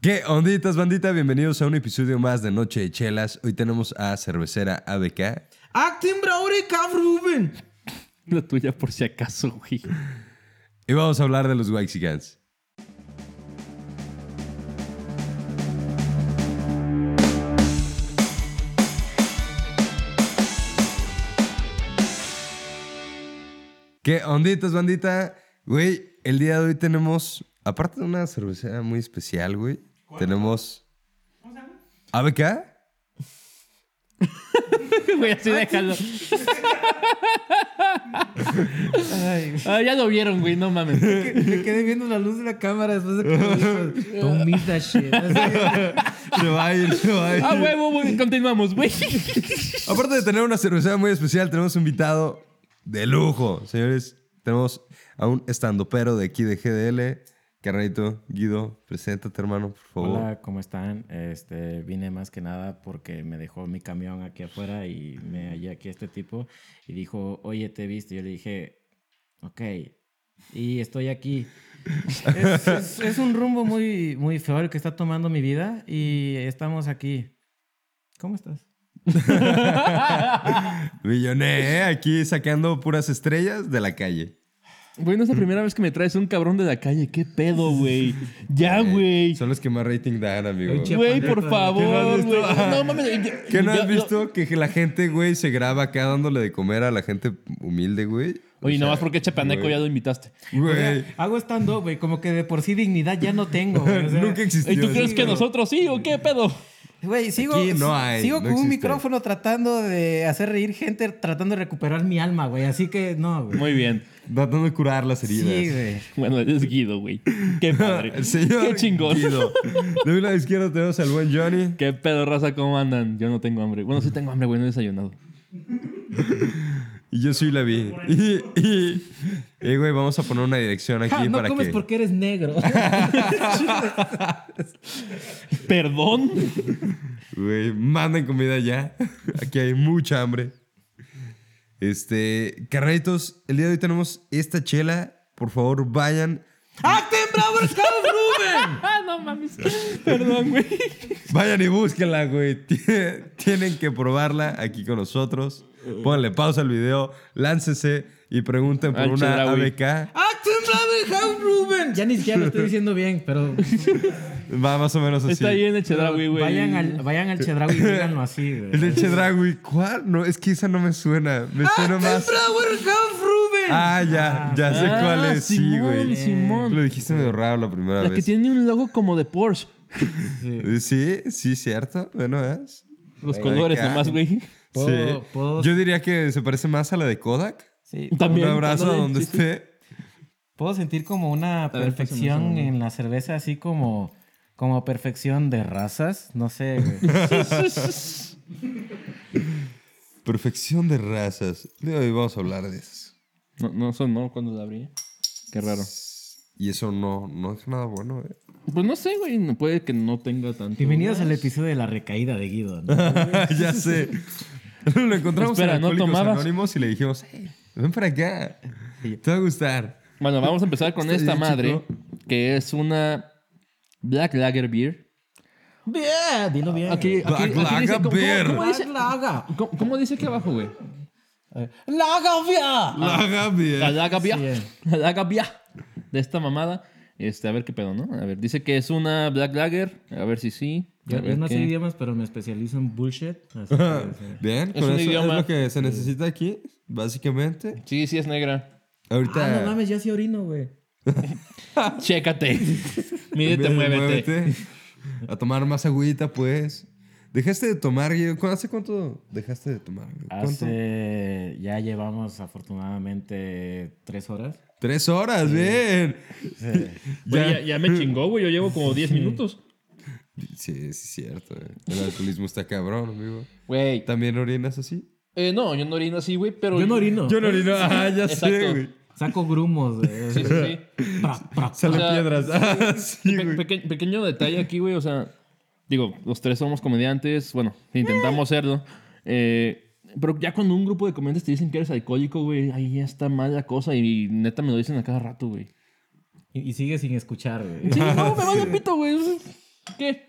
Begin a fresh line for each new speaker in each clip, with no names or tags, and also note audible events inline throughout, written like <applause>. ¿Qué onditas, bandita? Bienvenidos a un episodio más de Noche de Chelas. Hoy tenemos a cervecera ABK.
Acting Braury Ruben.
La tuya por si acaso, güey. <laughs>
Y vamos a hablar de los Waxicans. ¿Qué onditas, bandita? Güey, el día de hoy tenemos, aparte de una cervecera muy especial, güey, tenemos... ¿Cómo se llama? ¿ABK?
Güey, así déjalo. Ah, ya lo vieron, güey, no mames.
Me quedé viendo la luz de la cámara después de que me dijo, <laughs> Don't meet that shit. Así,
Se va a ir, se va a ir.
Ah, huevo, güey, continuamos, güey.
Aparte de tener una cervecera muy especial, tenemos un invitado de lujo, señores. Tenemos a un estandopero de aquí de GDL. Carnalito, Guido, preséntate, hermano, por
<laughs>
favor.
Oh.
Hola, ¿cómo están? Este, vine más que nada porque me dejó mi camión aquí afuera y me hallé aquí a este tipo y dijo, oye, te he visto. Yo le dije, ok, y estoy aquí. es, es- es un rumbo muy, muy feo el que está tomando mi vida y estamos aquí. ¿Cómo estás?
Milloné, ¿eh? aquí sacando puras estrellas de la calle.
Güey, no es la
Mm.
primera vez que me traes un cabrón de la calle. ¿Qué pedo, güey? Ya,
Eh,
güey.
Son los que más rating dan, amigo.
Oye, chef.
Güey, por
¿Qué no has
favor,
visto?
güey. No mames. ya-
¿Qué no
ya-
has visto? Que la gente, güey, se graba acá dándole de comer a la gente humilde, güey.
Oye,
O sea,
nomás porque Chapaneco
güey.
ya lo invitaste.
Güey,
hago stand-up, güey. Como que de por sí dignidad ya no tengo, güey. o
<laughs>
sea,
nunca existió.
¿Y tú
eso,
crees que
güey.
nosotros sí o qué pedo?
Güey, sigo,
Aquí no hay,
sigo
no
con un
existe.
micrófono tratando de hacer reír gente, tratando de recuperar mi alma, güey. Así que no, güey.
Muy bien.
Tratando de curar las
Sí,
heridas.
güey.
Bueno, eres Guido, güey.
<laughs>
Qué padre.
El señor
Qué chingón.
Guido. De mi lado izquierdo tenemos al buen Johnny.
Qué pedo, raza, ¿cómo andan? Yo no tengo hambre. Bueno, sí tengo hambre, güey, no he desayunado.
Y yo soy la vi. Y, y, y, güey, vamos a poner una dirección aquí
Ja, no
para
comes
que...
porque
<laughs>
eres negro.
¿Perdón?
Güey, manden comida ya. Aquí hay mucha hambre. Este, carnalitos, el día de hoy tenemos esta chela. Por favor, vayan.
Acting Braury Ruben.
Ah, no mames. Perdón, güey.
Vayan y búsquenla, güey. Tie- Tienen que probarla aquí con nosotros. Pónganle pausa al video, láncese y pregunten por
Al
una
Chedraui.
ABK.
Acting Braury Ruben. Ya ni siquiera lo estoy diciendo bien, <laughs> pero
Va más o menos así.
Está ahí en el Chedraui, güey.
Vayan al, vayan al Chedraui y díganlo así,
El
güey.
de Chedragui, ¿cuál? No, es que esa no me suena. Me
Ah,
suena más.
Ruben.
Ah, ya, ya sé
Ah,
cuál es. Sí,
Simón,
güey.
Simón.
Lo dijiste medio raro la primera
La que
vez.
tiene un logo como de Porsche.
Sí, sí, cierto. Bueno, es.
Los
Ay,
colores
acá.
nomás, güey.
Sí.
Puedo- puedo-
Yo diría que se parece más a la de Kodak.
Sí.
También.
Un abrazo a
ándale,
donde
sí, sí.
esté.
Puedo sentir como una
ver, pásame eso,
perfección en la cerveza, así como, como perfección de razas. No sé,
<laughs>
güey.
Perfección de razas. De hoy vamos a hablar de esas.
No, no, eso no, cuando la abrí. Qué raro.
Y eso no, no es nada bueno,
<laughs>
eh.
Pues no sé, güey. no- Puede que no tenga tanto.
Bienvenidos al episodio de la recaída de Guido.
<laughs>
¿no?
ya sé. Lo encontramos
Espera,
en
¿no
Alcohólicos
tomabas?
Anónimos y le dijimos, "Hey, ven para acá. Te va a gustar.
Bueno, vamos a empezar con
este
Está bien,
esta madre,
chico.
que es una Black Lager Beer.
Bien, dilo bien.
Aquí, aquí,
Black
aquí dice-
Lager
¿cómo-
Beer.
¿cómo, cómo
Black
dice,
Laga.
cómo- cómo dice aquí abajo, güey?
Laga,
Ah,
via.
La Gaby.
La daga
Sí,
bia.
eh.
La daga bia. De esta mamada. Este, a ver qué pedo, ¿no? A ver, dice que es una Black Lager. A ver si sí. A
Yo, yo
ver
pues, no sé
qué.
idiomas, pero me especializo en bullshit.
<laughs>
así que, sí.
<laughs> Bien,
Es
con
un
eso
idioma.
es lo que se necesita aquí, básicamente.
Sí, sí es negra.
Ahorita.
Ah, no mames, ya sí orino, güey. <laughs>
Chécate.
en
Mídete,
vez de
muévete.
muévete, A tomar más agüita, pues. Dejaste de tomar, Guido. ¿Cu- ¿Hace cuánto dejaste de tomar? güey? ¿Cuánto?
Hace. Ya llevamos afortunadamente tres horas.
Tres horas, bien. <laughs>
Güey, ya, ya me chingó, güey. Yo llevo como 10 minutos.
Sí, sí, es cierto. eh. El alcoholismo está cabrón, amigo.
Güey.
¿También orinas así?
Eh, no, yo no orino así, güey, pero.
Yo no orino.
Yo no orino. Ah, ya sé,
Exacto.
güey.
Saco grumos, güey.
Sí, sí,
<laughs>
sí.
Pra, pra.
Salen
O sea,
piedras. Ah,
<laughs>
sí,
Pe-
güey.
peque- pequeño detalle aquí, güey. O sea, digo, los tres somos comediantes. Bueno, intentamos serlo. Eh, pero ya cuando un grupo de comediantes te dicen que eres alcohólico, güey, ahí ya está mal la cosa. Y neta me lo dicen a cada rato, güey.
Y, y sigue sin escuchar, güey.
Sí, no, me vaya pito, güey. ¿Qué?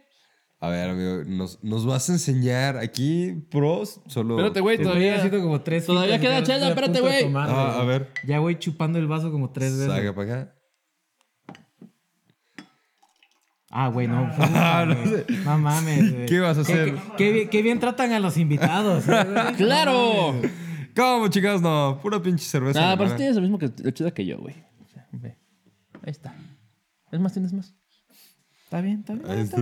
A ver, amigo, nos, nos vas a enseñar aquí pros, solo.
Espérate, güey,
Todavía
todavía.
haciendo como tres.
Todavía
fitas,
queda
ya
chela,
estoy a punto
espérate,
de
güey.
tomar,
Ah,
güey.
a ver.
Ya, güey, chupando el vaso como tres veces.
Saca para acá.
Ah, güey, no.
<laughs> Ah,
puta,
no
güey.
sé.
No mames, güey.
¿Qué vas a
Qué-
hacer?
Qué, qué bien- qué bien tratan a los invitados. eh, güey.
Ah, ¡Claro!
¿Cómo, chicas? No, pura pinche cerveza.
Nada,
alemana.
pero Ah, pues sí tienes lo mismo que lo chida que yo, güey. O sea, ve. Ahí está. Es más, tienes más.
Está bien, está bien.
Ahí está.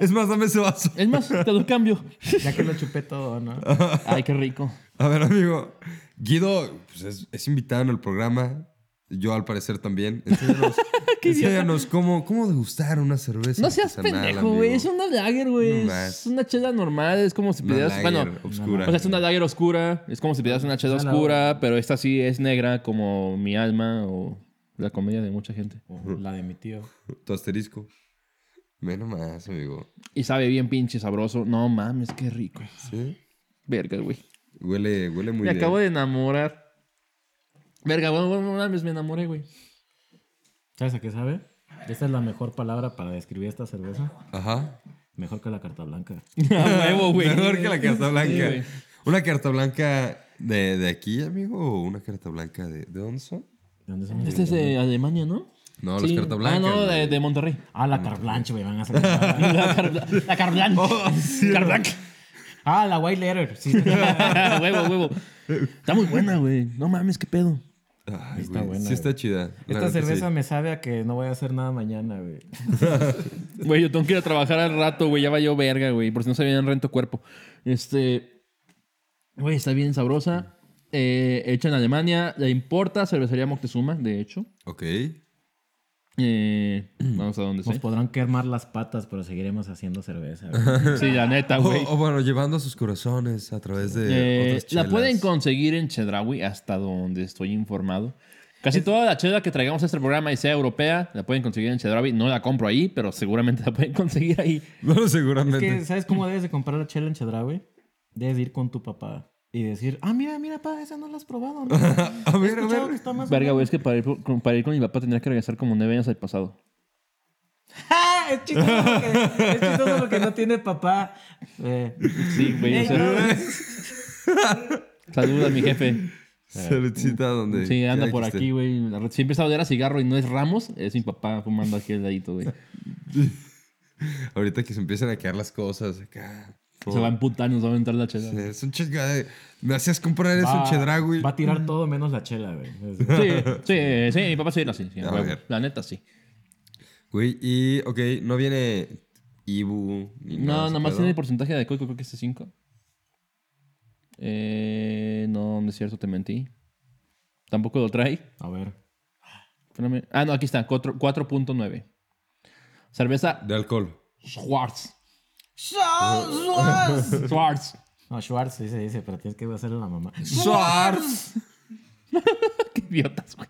Es más, dame ese vaso.
Es más, te lo cambio. <laughs>
Ya que lo chupé todo, ¿no?
Ay, qué rico.
A ver, amigo. Guido pues, es, es invitado en el programa. Yo, al parecer, también.
<laughs>
Enséñanos, enséñanos cómo, cómo degustar una cerveza.
No seas
artesanal,
pendejo,
amigo.
güey. Es una lager,
No
güey.
más.
es una chela normal. Es como si
Una
pidieras.
lager
Bueno,
oscura.
o sea, es una lager oscura. Es como si pidieras una chela
Es una
oscura, pero esta sí es negra, como mi alma o la comedia de mucha gente.
O la de mi tío.
Tu asterisco. Menos más, amigo.
Y sabe bien pinche sabroso. No mames, qué rico.
Sí.
Verga, güey.
Huele, huele muy
Me
bien.
acabo de enamorar. Verga, bueno, bueno, una vez me
<laughs>
enamoré, güey.
¿Sabes a qué sabe? Esta es la mejor palabra para describir esta cerveza.
Ajá.
Mejor que la carta blanca.
A huevo, güey.
Mejor que la carta blanca.
güey.
¿Una carta blanca de, de aquí, amigo? ¿O una carta blanca de, de dónde son?
¿De dónde son?
Este es de Alemania, ¿no?
No, las cartas blancas,
Ah, no, de,
güey.
de Monterrey.
Ah, la carblanche, güey. Van a hacer.
<laughs> La Carblan. La Carblan. Carblan.
ah, la white letter. Sí,
<laughs> huevo, huevo. Está muy buena, güey. No mames, qué pedo.
Ay,
está
güey,
buena,
Sí
güey.
está chida. La
Esta
neta,
cerveza
sí.
me sabe a que no voy a hacer nada mañana, güey.
Güey, yo tengo que ir a trabajar al rato, güey. Ya va yo verga, güey. Por si no sabían, rento cuerpo. Este. Güey, está bien sabrosa. Eh, hecha en Alemania. La importa cervecería Moctezuma, de hecho.
Ok.
Eh, vamos a donde
Nos
sea.
podrán quemar las patas, pero seguiremos haciendo cerveza, güey.
Sí, la neta,
O,
güey.
o bueno, llevando a sus corazones a través Oh, de
Eh,
otras
la
chelas.
pueden
<laughs>
conseguir en Chedraui, hasta donde estoy informado. Casi toda la chela que traigamos a este programa y sea europea, la pueden conseguir en Chedraui. No la compro ahí, pero seguramente la pueden <laughs> conseguir ahí.
No,
Es
seguramente.
que, ¿sabes cómo debes de comprar la chela en Chedra, güey? Debes de ir con tu papá y decir, ah, mira, mira, pa, esa no la has probado,
<laughs>
¿no?
A ver, a
Escuchaba que
ver.
está más
Verga, güey, es que para ir, con- para ir con mi papá tendría que regresar como nueve años al pasado.
<laughs>
¡Ah! Es chistoso porque, es chistoso porque no tiene papá.
Eh,
Sí, güey. o sea, saluda a mi jefe.
Saludcita donde.
Sí, anda
quiera
por
que esté.
aquí, güey. La red- Si empieza a oler a cigarro y no es Ramos, es mi papá fumando aquí al ladito, güey.
Ahorita que se empiezan a quedar las cosas acá.
Se va a emputar, nos va a aventar la chela.
Sí, Es un chinga de. Me hacías comprar eso en Chedragui.
va a tirar todo menos la chela, güey. Es-
Sí, sí, sí, mi papá sí era así. sí,
A
güey.
ver.
La neta, sí.
Güey, y, ok, no viene Ibu. Ni
No,
nada
nada más tiene
tiene
el porcentaje de alcohol, creo que es de 5. Eh, no, no es cierto, te mentí. Tampoco lo trae.
A ver.
Espérame. Ah, no, aquí está, cuatro- 4.9. Cerveza
De alcohol.
Schwarz.
¡Sausuas!
Schwarz.
No, Schwartz sí se dice, pero tienes que hacerle a la mamá.
¡Swarz!
Qué idiotas, güey.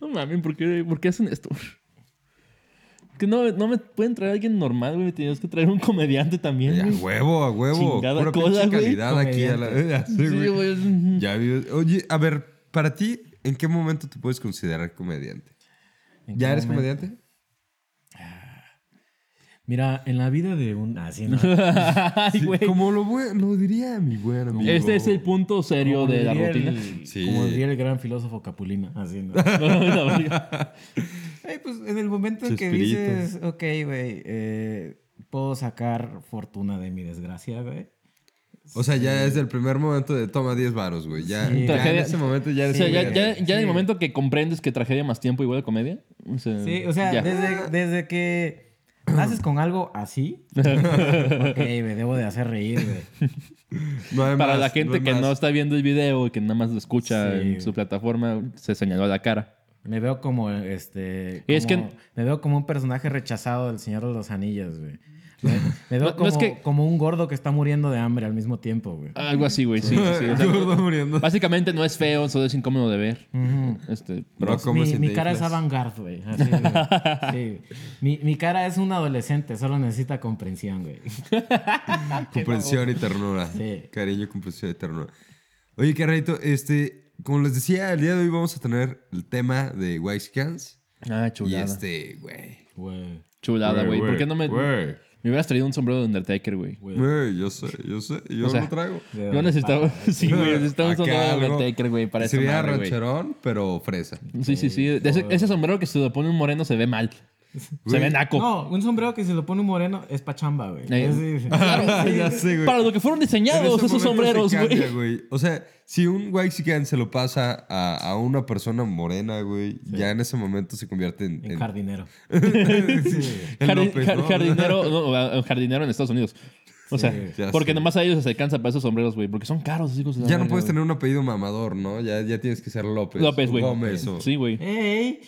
No mames, ¿por qué, por qué hacen esto? Que no, no me pueden traer a alguien normal, güey. Me tenías que traer un comediante también.
A
güey.
huevo, a huevo.
Chingada
Pura
cola,
pinche
güey.
calidad aquí. a la- <laughs> ya sé,
Sí,
güey.
güey.
Ya vives- Oye, a ver, para ti, ¿en qué momento te puedes considerar comediante?
¿En
¿Ya
qué
eres
momento?
comediante?
Mira, en la vida de un... Así
<laughs>
no.
Ay,
Sí,
güey.
como lo, bue- lo diría mi buen amigo.
Este es el punto serio
Como
de la
diría <laughs>
rutina. <laughs>
el-
Sí.
Como diría el gran filósofo Capulina. Así no.
La verga.
Ay, pues en el momento en que
Chespirito.
dices, ok, güey, eh, puedo sacar fortuna de mi desgracia, güey.
O sea, ya es el primer momento de toma 10 varos, güey. Ya, ya en
Tragedia-
ese momento ya
O
eres
sea, ya,
comediante.
ya, ya en el momento que comprendes que tragedia más tiempo igual a comedia. O sea,
Sí, o sea,
Ah, ya.
desde, desde que naces con algo
<laughs>
así, ok, me debo de hacer reír, güey.
No hay
para
más,
la gente
hay
que
más. <laughs>
no está viendo el video y que nada más lo escucha
Sí.
en su plataforma, se señaló a la cara.
Me veo como, este...
Y es
como-
que-
Me veo como un personaje rechazado del Señor de los Anillos, güey.
<laughs>
Me, me
No,
veo
no,
como,
es que-
como un gordo que está muriendo de hambre al mismo tiempo, güey.
Algo así, güey. Sí, sí,
<laughs>
sí, o sea,
Gordo muriendo.
básicamente no es feo, solo es incómodo de ver.
Ujú.
Este,
No comes
mi,
sin
mi
te
cara es
inflas.
avant güey. Así, güey. Sí. Mi, mi cara es un adolescente, solo necesita comprensión, güey.
Comprensión y ternura.
Sí.
Cariño, comprensión y ternura. Oye, carrito, este, como les decía, el día de hoy vamos a tener el tema de White Scans.
ah,
Y
chulada.
este, güey.
Güey.
Chulada, güey. ¿Por qué no me.?
güey.
Me hubieras traído un sombrero de Undertaker, güey.
Güey, yo sé, yo sé. Yo
O sea,
lo traigo.
Yo necesitaba. <laughs> Sí, <laughs> güey. Necesitaba un
Acá
sombrero de
algo-
Undertaker, güey, para
Se
esta
veía
madre, güey.
rancherón, pero
<laughs>
fresa.
Sí, sí, sí. De Ese, ese sombrero que se lo pone un moreno se ve mal. Se ve naco.
No, un sombrero que se lo pone un moreno es pachamba, güey.
Eh,
Es-
<laughs> ya sé, güey.
Para lo que fueron diseñados
En ese
esos
momento
sombreros,
se cambia,
<laughs> güey.
güey. O sea, si un Waxican se lo pasa a, a una persona morena, güey, ya en ese momento se convierte en. <laughs>
en jardinero.
en
Jardi-
López,
jar-
¿no? <laughs>
Jardinero, no, o jardinero en Estados Unidos. O sea,
ya
porque
sé.
nomás a ellos se alcanza para esos sombreros, güey. Porque son caros, esos hijos de la
Ya no
verga,
puedes
güey.
tener un apellido mamador, ¿no? Ya, ya tienes que ser López.
López, güey.
Gómez o- <laughs>
Sí, güey.
¡Ey!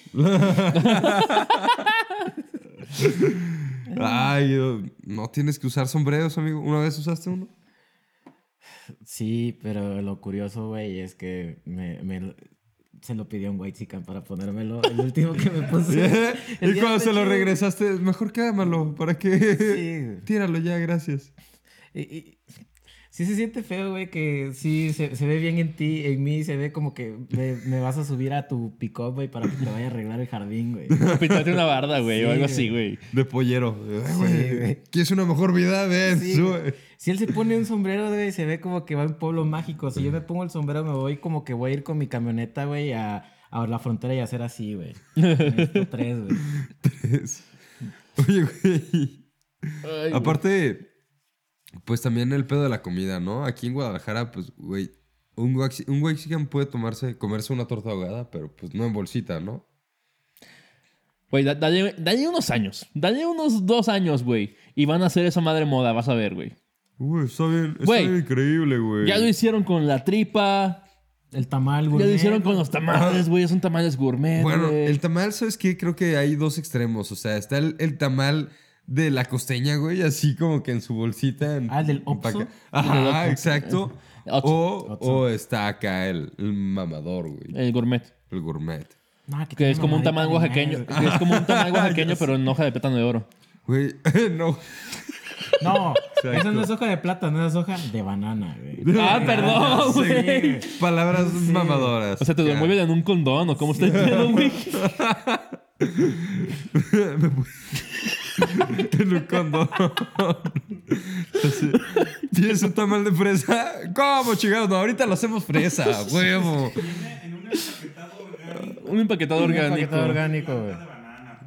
Ay, yo- no tienes que usar sombreros, amigo. ¿Una vez usaste uno?
Sí, pero lo curioso, güey, es que me, me lo- se lo pidió un white chican para ponérmelo. El último que me puse. El
<laughs> y
día
cuando
de
se lo
chido.
regresaste, mejor quédamelo. ¿Para qué?
Sí.
<laughs> Tíralo ya, gracias.
Y- y-
Sí se siente feo, güey, que sí se, se ve bien en ti, en mí, se ve como que me, me vas a subir a tu pick-up, güey, para que te vaya a arreglar el jardín, güey.
Pintarte una barda, güey, o algo así, güey.
De pollero. Ay,
Sí,
güey.
güey.
¿Quieres una mejor vida? Ven,
Sí,
sube.
güey. Si él se pone un sombrero, güey, se ve como que va a un pueblo mágico. Si yo me pongo el sombrero, me voy como que voy a ir con mi camioneta, güey, a, a la frontera y hacer así, güey.
<laughs>
Necesito tres, güey.
Es- Oye, güey. Ah,
Ay, güey.
Aparte, pues también el pedo de la comida, ¿no? Aquí en Guadalajara, pues, güey, un waxi- un Waxican puede tomarse, comerse una torta ahogada, pero pues no en bolsita, ¿no?
Güey, da- dale, dale unos años. Dale unos dos años, güey. Y van a hacer esa madre moda, vas a ver, güey.
Güey, está bien, está
Güey,
bien increíble, güey.
Ya lo hicieron con la tripa.
El tamal, güey.
Ya lo hicieron con los tamales, güey. Son tamales gourmet,
Bueno,
güey.
el tamal, ¿sabes qué? Creo que hay dos extremos. O sea, está el, el tamal de la costeña, güey, así como que en su bolsita. En,
Ah, ¿el del
empaca-
Oxxo?
Ajá,
El del Oxxo.
exacto.
<laughs> Oxxo.
O, o está acá el, el mamador, güey,
El gourmet.
el gourmet.
No, que
Que
tiene
es como un
mamadita
tamal
de
oaxaqueño.
más.
que es como
<laughs>
un tamal oaxaqueño, pero en hoja de pétano de oro.
Güey, <laughs> no.
No, esa no es hoja de plátano, esa es hoja de banana, güey.
Ah, perdón,
Sí,
güey.
güey.
Palabras mamadoras.
O sea, te lo
Ya.
mueven en un condón o cómo está el pedo, <laughs> güey.
<laughs> En un condón. Así. ¿Tienes un tamal de fresa? ¿Cómo, chingados? No, ahorita lo hacemos fresa, huevo.
Un empaquetado orgánico.
Paquetado orgánico, güey.
Ah,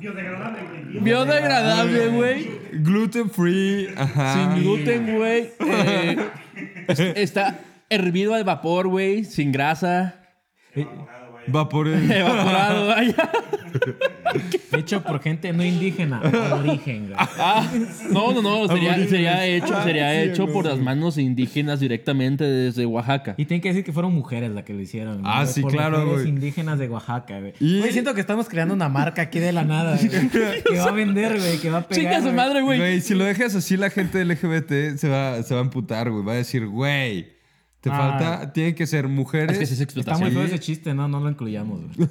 Biodegradable, güey.
Gluten free. Ajá.
Sin gluten, güey. Eh, <laughs> es- está hervido al vapor, güey. Sin grasa. <laughs>
Va por el...
Evaporado, vaya.
Hecho por gente no indígena, al origen, güey.
Ah, no, no, no. Sería,
Aborígenes.
sería hecho, sería
Ah, sí,
hecho por
no.
las manos indígenas directamente desde Oaxaca.
Y tienen que decir que fueron mujeres las que lo hicieron.
Ah,
güey,
sí,
por
claro,
mujeres
güey.
indígenas de Oaxaca, güey.
Y-
Güey, siento que estamos creando una marca aquí de la nada, <laughs> güey. que va a vender, güey, que va a pegar.
Chinga su
güey.
madre, <laughs> güey.
Güey, si lo dejas así, la gente LGBT se va, se va a amputar, güey. Va a decir, güey, te
Ah.
falta... Tienen que ser mujeres.
Es que sí es
Está muy
explotación.
feo ese chiste, no, no lo incluyamos, güey.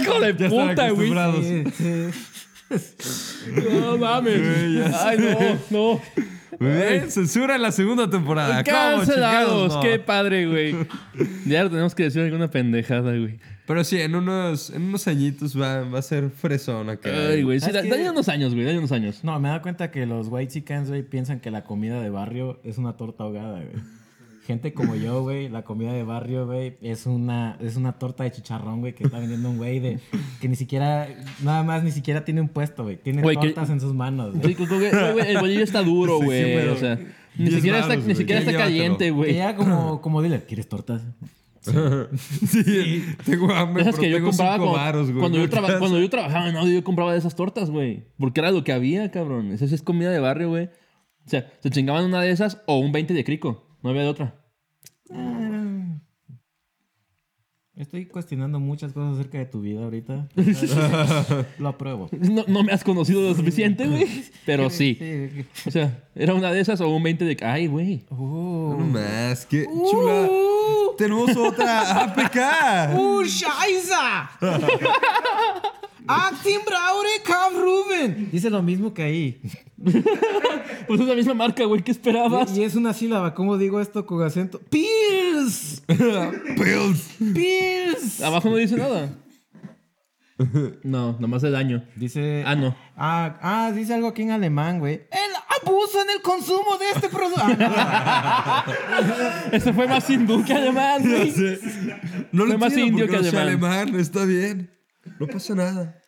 Hijo de
Ya están
puta, güey.
acostumbrados.
<laughs> Sí, sí.
No mames.
Güey, ya
Ay, no, no.
Güey, censura en la segunda temporada. Ah, ¿Cómo, chingados?
Eh. Cancelados.
No.
Qué padre, güey. Ya lo tenemos que decir alguna pendejada, güey.
Pero sí, en unos, en unos añitos va, va a ser fresón acá.
Ay, güey. Sí,
¿Sabes
da-
qué?
dale unos años, güey. Dale unos años.
No, me he dado cuenta que los white chickens, güey, piensan que la comida de barrio es una torta ahogada, güey. Gente como yo, güey, la comida de barrio, güey, es una, es una torta de chicharrón, güey, que está vendiendo un güey de... Que ni siquiera, nada más, ni siquiera tiene un puesto, güey. Tiene
Güey, que-
tortas en sus manos, güey.
Sí, creo que- güey, güey, el bolillo está duro,
Sí, sí,
güey.
pero-
O sea, ni
Diez
siquiera
varos,
está, ni
güey,
siquiera
ya
está
llévatelo.
caliente,
Que
güey.
ya
<laughs>
como, como dile, ¿quieres tortas?
<laughs> Sí, tengo hambre,
Esas
pero
que yo
tengo
compraba
cinco
cuando,
varos, güey.
cuando
No
yo traba-
alcanza.
cuando yo trabajaba en audio, yo compraba de esas tortas, güey. Porque era lo que había, cabrón. Esa sí es comida de barrio, güey. O sea, se chingaban una de esas o un 20 de crico. No había de otra. <laughs>
Ah, Estoy cuestionando muchas cosas acerca de tu vida ahorita. Lo apruebo.
No, no me has conocido lo suficiente, güey. Pero sí.
Sí.
O sea, era una de esas o un 20 de... Ay, güey.
Uh,
No más, qué
Uh.
chula. Tenemos otra <laughs> APK.
¡Uh, Scheiße! <laughs> ¡Actin Braure Kav Ruben! Dice lo mismo que ahí.
Pues es la misma marca, güey. ¿Qué esperabas?
Y, y es una sílaba, ¿cómo digo esto con acento? ¡Pils!
Pills.
<laughs>
¡Pils!
Abajo no dice nada. No, nomás el daño.
Dice.
Ah, no.
Ah, ah, dice algo aquí en alemán, güey. El abuso en el consumo de este producto.
<laughs>
Ah,
Ese fue más hindú que alemán, güey.
<laughs> No
Fue
lo
más
más indio
indio
que
que
alemán. alemán. Está bien. No pasa nada.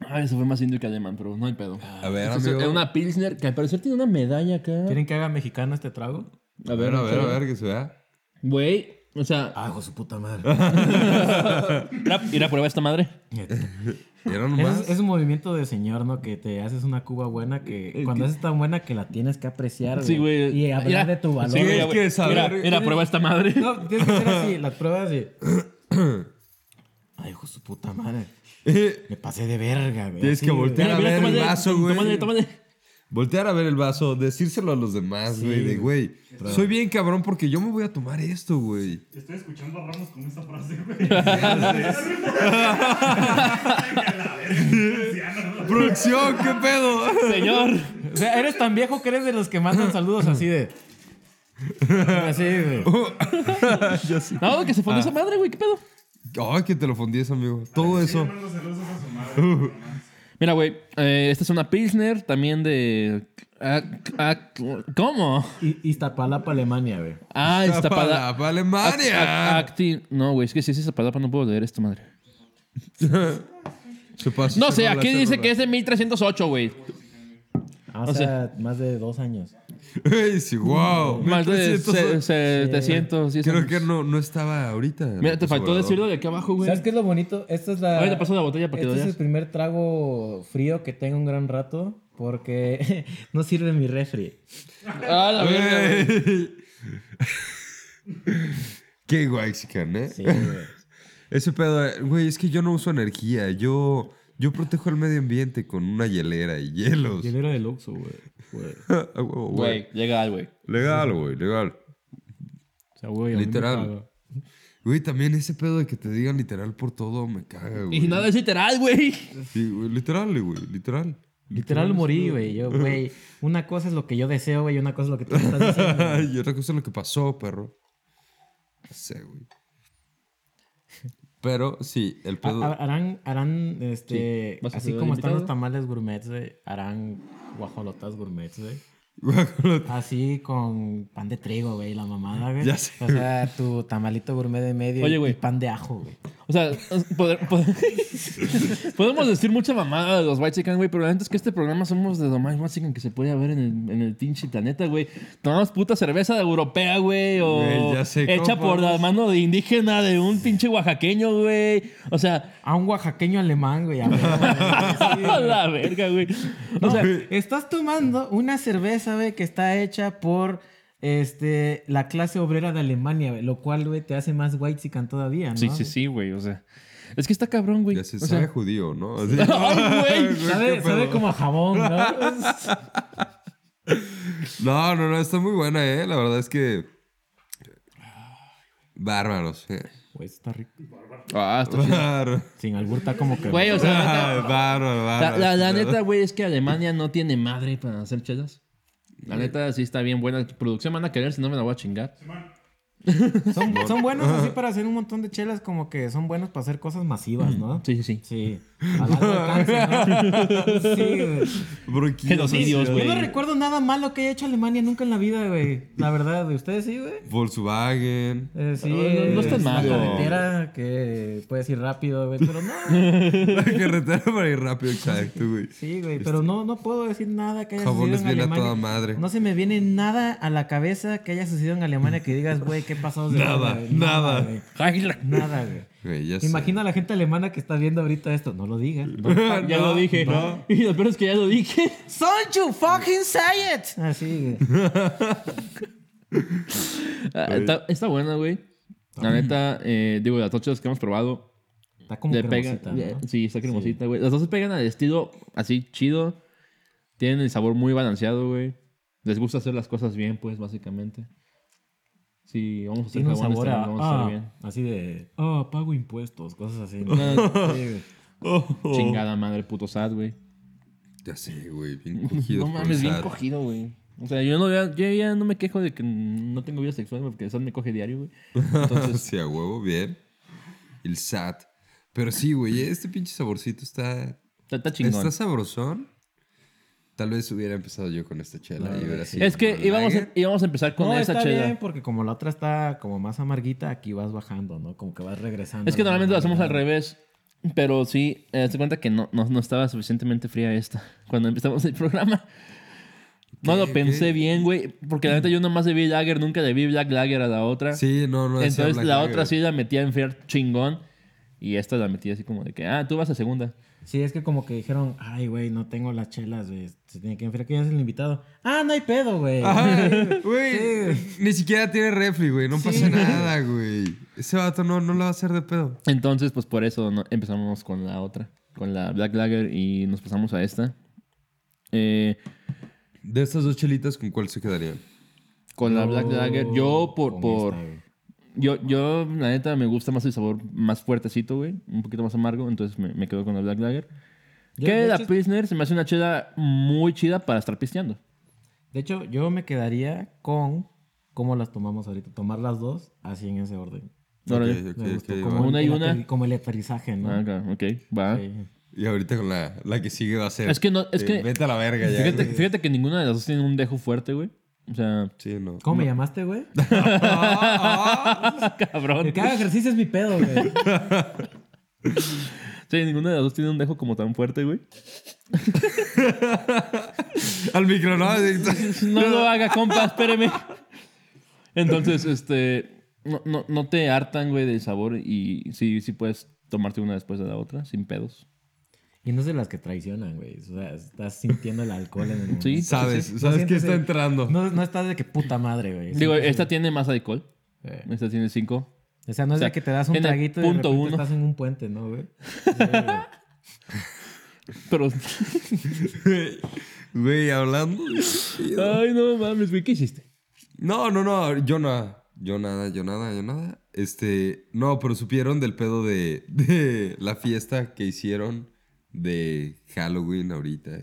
Ay, Ah, eso fue más indio que alemán, pero no hay pedo.
A ver,
Entonces,
amigo.
Era una Pilsner que al parecer tiene una medalla acá.
¿Quieren que haga mexicano este trago?
A
A ver, a ver,
échale.
a ver, que se vea.
Güey, o sea,
Ah, hijo de su puta <laughs> madre.
mira, mira, prueba esta madre.
Era nomás.
Es, es un movimiento de señor, ¿no? Que te haces una cuba buena que cuando haces tan buena que la tienes que apreciar, güey.
Sí, güey.
Y hablar
Mira,
de tu valor.
sí,
Es
mira,
que
güey.
saber-
Mira, mira, prueba esta madre.
No, tienes que hacer así, las pruebas y... <coughs> Ay, hijo de su puta madre.
Eh,
Me pasé de verga, güey.
Tienes
Así,
que
güey.
voltear a ver el vaso, güey.
Tómale, tómale.
<laughs> Voltear a ver el vaso, decírselo a los demás, güey, de güey. Soy bien cabrón porque yo me voy a tomar esto, güey.
Estoy escuchando a Ramos con esa frase, güey.
<laughs>
Anciano.
Producción, qué pedo.
Señor.
O sea, eres tan viejo que eres de los que mandan saludos así <coughs> de... Así, güey.
No, que se fue esa madre, güey, qué pedo.
Ay, que te lo fondíes, amigo. Todo eso.
Mando saludos a su madre.
Mira, güey, eh, esta es una Pilsner también de. ah, ah, ¿Cómo?
Y Iztapalapa, Alemania, güey.
Ah, Iztapalapa.
Iztapalapa,
Ac- ac-
Alemania.
acti- No, güey, es que si es Iztapalapa no puedo leer esta madre.
Se pasó
No
esa
sé,
rola,
aquí
esa
dice
rola.
que es de 1308, güey.
Ah, O, sea, más de dos años.
Ey, sí, wow.
Más de
1300.
Mm, se- 700. y eso.
Creo que no, no estaba ahorita.
Mira, te
López
faltó
Obrador.
decirlo de aquí abajo, güey.
¿Sabes qué es lo bonito? Esta es la.
Ahora te paso la botella para que lo
Este es el
veas.
primer trago frío que tengo un gran rato
<laughs>
porque no sirve mi refri.
Ah, la verga, güey.
Ey. <laughs> Qué guay, chican, ¿eh?
<laughs>
Sí, güey.
Ese pedo, eh, güey, es que yo no uso energía. Yo, yo protejo el medio ambiente con una hielera y hielos. <laughs>
Hielera del Oxxo, güey. Güey.
Ah, huevo, güey.
Güey, legal, güey.
Legal, güey, legal.
O sea, güey, a mí me
Literal.
caga.
Güey, también ese pedo de que te digan literal por todo me caga, güey.
Y nada es literal, güey.
Sí, güey, literal, güey, literal.
Literal morí, güey. Yo, güey. Una cosa es lo que yo deseo, güey. y Una cosa es lo que tú me estás
<laughs>
diciendo.
<laughs> y otra cosa es lo que pasó, perro. No sé, güey. Pero sí, el
Ha-
pedo.
Ah,
<laughs>
ha- Harán, harán, este,
Sí. ¿Vas a
así
ser
como están
invitado?
los tamales gourmets, güey, harán guajolotas gourmets, güey.
Guajolota.
Así con pan de trigo, güey, la mamada, güey.
Ya sé,
O sea, tu tamalito gourmet de medio
Oye,
y- y
güey.
pan de ajo, güey.
O sea, poder- poder- <laughs> podemos decir mucha mamada de los White Chicken, güey, pero la neta es que este programa somos de lo más White Chicken que se puede haber en el, en el pinche planeta, güey. Tomamos puta cerveza europea, güey, o
Güey, ya sé, ¿cómo
hecha por la
podemos?
mano de indígena de un pinche oaxaqueño, güey.
<laughs>
O sea,
A un oaxaqueño alemán, güey. a ver, güey. Sí,
<laughs> a la verga, güey.
O
<laughs>
sea, estás tomando una cerveza, güey, que está hecha por este, la clase obrera de Alemania, güey, lo cual, güey, te hace más whitezican todavía, ¿no?
Sí, sí, sí, güey, o sea. Es que está cabrón, güey.
Ya
O
se
sea,
sabe judío,
<laughs>
¿no? Así- <laughs>
¡Ay, güey!
Sabe, sabe como a jabón, ¿no?
No, no, no, está muy buena, ¿eh? La verdad es que. Bárbaros. eh.
Güey, está rico.
Ah, está chido.
Bárbaro.
Sin albur está como que...
Güey, o sea,
<laughs>
la neta-
Ay, Bárbaro,
La,
<laughs> bárbaro.
la- la neta, güey, es que Alemania no tiene madre para hacer chelas.
Eh.
La neta, sí está bien buena. Tu producción me van a querer, si no me la voy a chingar.
Son, son buenos así para hacer un montón de chelas, como que son buenos para hacer cosas masivas, ¿no?
Sí, sí, sí.
Sí. A largo
<laughs>
alcance, ¿no? Sí, güey.
Bro, ¿quién
Genocidios,
Yo no
güey.
recuerdo nada malo que haya hecho Alemania nunca en la vida, güey. La verdad, de ustedes sí, güey.
Volkswagen. <laughs>
Eh, sí,
No, no, no es tan
es una
malo.
este,
carretera que puedes ir rápido, güey, pero no.
La carretera para ir rápido, exacto, güey.
Sí, güey, pero no, no puedo decir nada que haya
Este, Jabones
sucedido en
bien a
Alemania.
toda madre.
No se me viene nada a la cabeza que haya sucedido en Alemania que digas, güey, qué pasó.
Nada, nada. Este.
Nada, güey.
Águila.
Nada, güey.
Güey, ya sé.
Imagina a la gente alemana que está viendo ahorita esto. No lo diga.
<laughs>
<laughs>
Ya lo dije.
no.
<laughs> Y lo peor es que ya lo dije.
Don't you fucking say it. Así, güey.
Ah, está, está buena, güey.
Ah.
La neta, eh, digo, las dos chelas que hemos probado
Está como
le pega.
cremosita, ¿no?
le- Sí, está cremosita, güey. Las dos pegan al estilo así chido. Tienen el sabor muy balanceado, güey. Les gusta hacer las cosas bien, pues, básicamente. Sí, vamos a hacer
Tiene un
jabones
sabor a,
también, este vamos a hacer
ah,
bien.
así de, ah, pago impuestos, cosas así. ¿no? Sí, güey.
Chingada madre, puto sad, güey.
Ya sé, güey, bien cogido.
<laughs> No mames, bien cogido, güey. O sea, yo, no, ya- yo ya no me
<laughs>
quejo de que no tengo vida sexual porque Sam me coge diario, güey.
Entonces... sí, a huevo, bien. el SAT. Pero sí, güey, este pinche saborcito está.
Está, está chingón.
Está sabrosón. Tal vez hubiera empezado yo con esta chela y hubiera sido
Es que
como
íbamos a, em,
lager.
íbamos a empezar con
no,
esa
está
chela.
bien, porque como la otra está como más amarguita, aquí vas bajando, ¿no? Como que vas regresando.
Es que
a la
normalmente lo hacemos al
amargura.
revés. Pero sí, eh, hazte cuenta que no, no, no estaba suficientemente fría esta <laughs> cuando empezamos el programa. No lo
Ok,
pensé
ok.
bien, güey. Porque la neta yo nomás debí Lager, nunca debí Black Lager a la otra.
Sí, no, no. decía
Entonces
Black
la
Lager.
otra sí la metí a enfriar chingón. Y esta la metí así como de que, ah, tú vas a segunda.
Sí, es que como que dijeron, ay, güey, no tengo las chelas, güey. Se tiene que enfriar. ¿Quién es el invitado? Ah, no hay pedo, güey.
Ajá,
<laughs>
güey. Ni siquiera tiene refri, güey. No pasa nada, güey. Ese vato no, no la va a hacer de pedo.
Entonces, pues por eso no- empezamos con la otra, con la Black Lager y nos pasamos a esta. Eh,
De estas dos chelitas, ¿con cuál se quedarían?
con la Black Lager, yo por...
Con
por
esta, güey.
yo, yo, la neta, me gusta más el sabor más fuertecito, güey. Un poquito más amargo, entonces me, me quedo con la Black Lager.
Yo,
que
de
la
hecho-
Pilsner se me hace una chela muy chida para estar pisteando.
De hecho, yo me quedaría con cómo las tomamos ahorita. Tomar las dos así en ese orden.
Órale.
Ok, ok,
Me gustó
ok,
como
va.
Una
el-
y
el
una.
aper- Como el aterrizaje, ¿no?
Ah, ok, ok, va.
Sí.
Y ahorita con la, la que sigue va a ser.
Es que no- es
eh,
que-
Vete a la verga ya.
Fíjate,
güey.
fíjate que ninguna de las dos tiene un dejo fuerte, güey. O sea,
Sí,
<laughs>
no.
¿Cómo me llamaste, güey?
<laughs> cabrón.
El
pues.
que haga ejercicio es mi pedo, güey. <laughs>
Sí, ninguna de las dos tiene un dejo como tan fuerte, güey.
Al micro, ¿no?
<laughs> No lo haga, compa, espéreme. Entonces, este. No, no, no te hartan, güey, del sabor y sí, sí puedes tomarte una después de la otra, sin pedos.
Y no es de las que traicionan, güey. O sea, estás sintiendo el alcohol en el momento.
Sí.
Sabes,
No
sabes que
sientes
está
el-
entrando.
No, no estás de que puta madre, güey.
Digo, esta tiene más alcohol.
Sí.
Esta tiene cinco.
O sea, no es
o sea,
de que te das un
en el
traguito y de
punto
repente
uno.
estás en un puente, ¿no, güey?
Pero.
<laughs> Güey, hablando.
<laughs> Ay, no mames, güey, ¿qué hiciste?
No, no, no. Yo nada. Yo nada, yo nada, yo nada. Este. No, pero supieron del pedo de, <laughs> de la fiesta que hicieron de Halloween ahorita.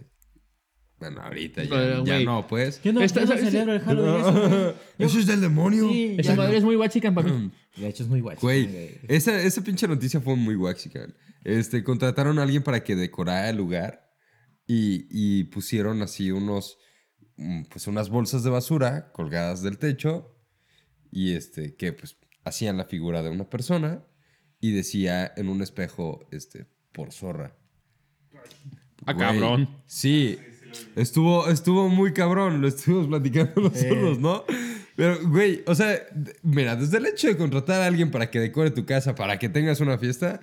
Bueno, ahorita ya,
Pero,
ya
güey.
no, pues.
Yo no,
Esta-
yo no
esa-
celebro el Halloween. eso,
<laughs>
güey.
<laughs> Eso es del demonio.
Sí,
Esa
ya
madre
no.
es muy guachican para mí.
De hecho, es muy guay.
Güey, esa, esa pinche noticia fue muy waxican. Este, contrataron a alguien para que decorara el lugar y, y pusieron así unos, mm, pues unas bolsas de basura colgadas del techo y este, que pues hacían la figura de una persona y decía en un espejo, este, por zorra.
Ah,
Güey,
cabrón.
Sí. Estuvo, estuvo muy cabrón, lo estuvimos platicando <laughs> nosotros, ¿no? Pero, güey, o sea, d- mira, desde el hecho de contratar a alguien para que decore tu casa, para que tengas una fiesta,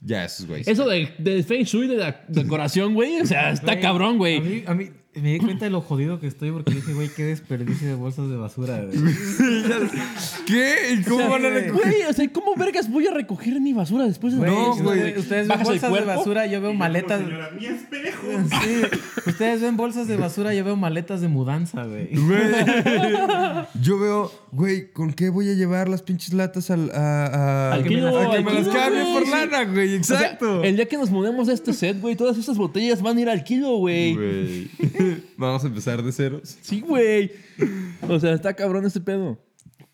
ya esos güeyes.
Eso de, del Feng Shui, de la decoración, güey. O sea, está cabrón,
A
güey.
mí, a mí me di cuenta de lo jodido que estoy porque dije, güey, qué desperdicio de bolsas de basura,
<laughs>
güey.
<laughs> ¿Qué? ¿Y cómo van a recoger?
Güey, o sea, ¿cómo vergas voy a recoger mi basura después de
Güey,
No,
ustedes-
güey.
Ustedes ven
¿Bajas el
bolsas de
cuerpo?
basura, yo veo maletas.
Señora, mi
<laughs>
espejo.
<laughs>
Sí. Ustedes ven bolsas de basura, yo veo maletas de mudanza, güey.
<laughs>
Güey. Yo veo, güey, ¿con qué voy a llevar las pinches latas al, a, a-
Al
a que me las-
kilo,
a que
al
me las
kilo,
cambien
güey.
por lana, güey?
O sea,
Exacto.
el día que nos mudemos de este set, güey, todas estas botellas van a ir al kilo, güey.
Güey. <laughs> Vamos a empezar de ceros.
Sí, güey. O sea, está cabrón este pedo.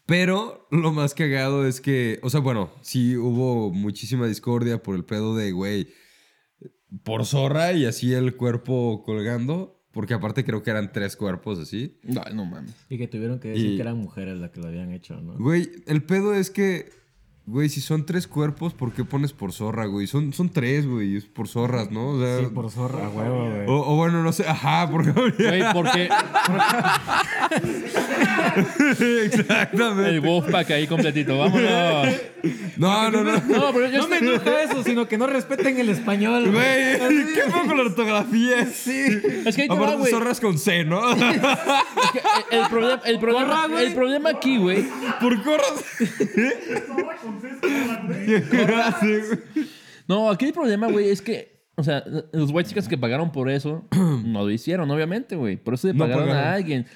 Pero lo más cagado es que, o sea, bueno, sí hubo muchísima discordia por el pedo de, güey, por zorra y así el cuerpo colgando, porque aparte creo que eran tres cuerpos así.
No, no mames.
Y que tuvieron que decir
Y-
que eran mujeres las que lo habían hecho, ¿no?
Güey, el pedo es que, güey, si son tres cuerpos, ¿por qué pones por zorra, güey? Son, son tres, güey, es por zorras, ¿no? O sea,
Sí, por zorra, a huevo, güey.
o, o bueno, no sé, ajá, porque...
Güey, porque
<laughs> Exactamente.
<laughs> el Wolfpack ahí completito. Vámonos.
No, no, no.
No, pero yo
No me
estoy-
enoja eso, sino que no respeten el español, güey.
Este- Güey, qué poco la ortografía. Sí.
Es que ahí te va,
Aparte,
güey.
zorras con C, ¿no? <laughs>
El, el problema, el, problema, el problema aquí, güey.
Por corras.
Estaba con cesta, güey.
No, aquí el problema, güey, es que, o sea, los white chicas que pagaron por eso <clears throat> no lo hicieron, obviamente, güey. Por eso le
No
pagaron,
pagaron.
a alguien.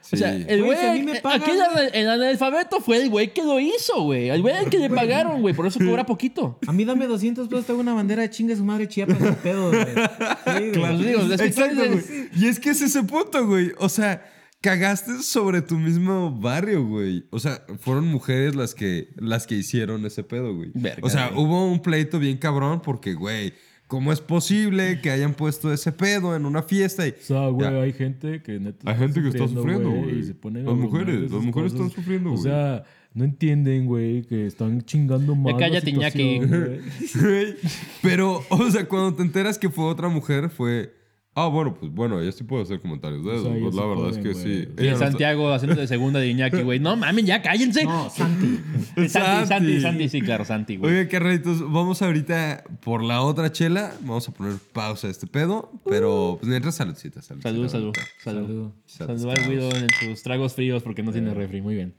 Sí.
O sea,
Güey,
el güey.
si a mí me pagan,
aquí el, el analfabeto fue el güey que lo hizo, güey. El güey al que le pagaron, güey. Por eso cobra poquito.
A mí dame 200 pesos, te hago una bandera de chingue su madre Chiapas de pedo, güey. Sí, güey.
Pues digo, es que tú
Exacto,
eres-
güey. Y es que es ese punto, güey. O sea, cagaste sobre tu mismo barrio, güey. O sea, fueron mujeres las que, las que hicieron ese pedo, güey.
Verga,
o sea,
güey.
hubo un pleito bien cabrón porque, güey, ¿cómo es posible que hayan puesto ese pedo en una fiesta? Y,
O sea, Ah, güey,
Ya.
hay gente que neta.
Hay gente que está sufriendo, güey.
y se pone a
Las
abonar
mujeres,
esas
las mujeres
cosas.
están sufriendo,
O
güey.
sea, no entienden, güey, que están chingando más. la
cállate,
situación,
<laughs> Iñaki.
güey.
Güey, Pero, o sea, cuando te enteras que fue otra mujer, fue. Ah, bueno, pues bueno, ella sí puede hacer comentarios de
O
eso.
sea,
pues
ellas
la
sí
verdad es que
pueden,
sí.
güey. Sí,
Ella
Y
no
Santiago haciendo de segunda de Iñaki, güey. No mames, ya cállense.
No, Santi.
Santi, Santi,
Santi.
Santi, sí, claro, Santi,
está-
güey.
Oye, carnalitos, vamos ahorita por la otra chela. Vamos a poner pausa a este pedo. Pero, pues mientras, saludcita, saludcita.
Salud, salud, salud. Salud, Eh. al Guido en sus tragos fríos porque no tiene refri. Muy bien.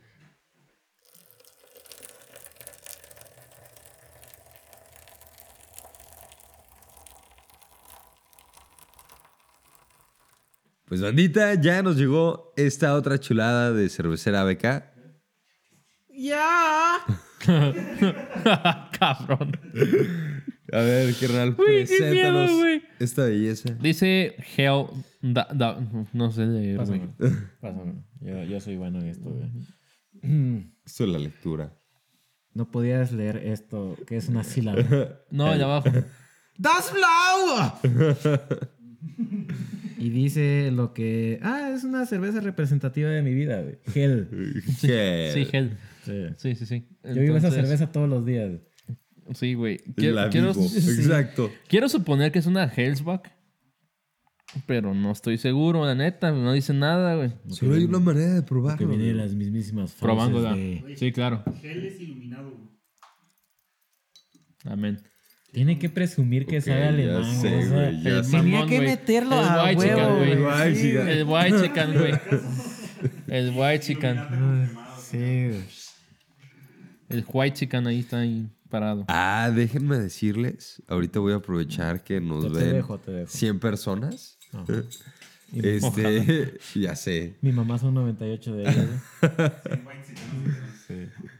Pues bandita, ya nos llegó esta otra chulada de cervecera BK.
<laughs> Ah, Cabrón.
A ver, carnal,
Güey, qué miedo,
preséntanos
güey.
esta belleza.
Dice Hell. Da- Da- no sé leer, güey.
Pásame. Pásame. Yo, yo soy bueno en esto, güey.
Esto es la lectura.
No podías leer esto, que es una sílaba.
No, allá abajo.
¡Das Blau! y dice lo que. Ah, es una cerveza representativa de mi vida, güey. Gel.
¿Qué?
Sí, Hell.
Sí.
Sí, sí, sí.
Yo vivo esa
Entonces,
cerveza todos los días.
Sí, güey. Quiero,
La
quiero- <laughs>
vivo. Exacto.
quiero suponer que es una Hellsback. Pero no estoy seguro, la neta. No dice nada, güey.
Solo hay una manera de
Que
probarlo.
viene de las mismísimas frases
Probándola.
de-
Sí, claro.
Él es iluminado, güey.
Amén.
Tiene que presumir que sabe
Ya
alemán. güey,
sé,
o sea,
güey. Ya sé.
mamón,
que
güey.
meterlo
El
a
white chicken,
huevo,
güey.
güey. Ay, sí, ya.
El white
<laughs>
chicken, güey. El white chicken. <laughs>
Sí, güey.
El white chicken ahí está ahí parado.
Ah, déjenme decirles. Ahorita voy a aprovechar que nos
Yo te
ven
dejo, te dejo.
100 personas.
Y
<laughs> Este, <laughs> ya sé.
Mi mamá son 98 de ellas. güey.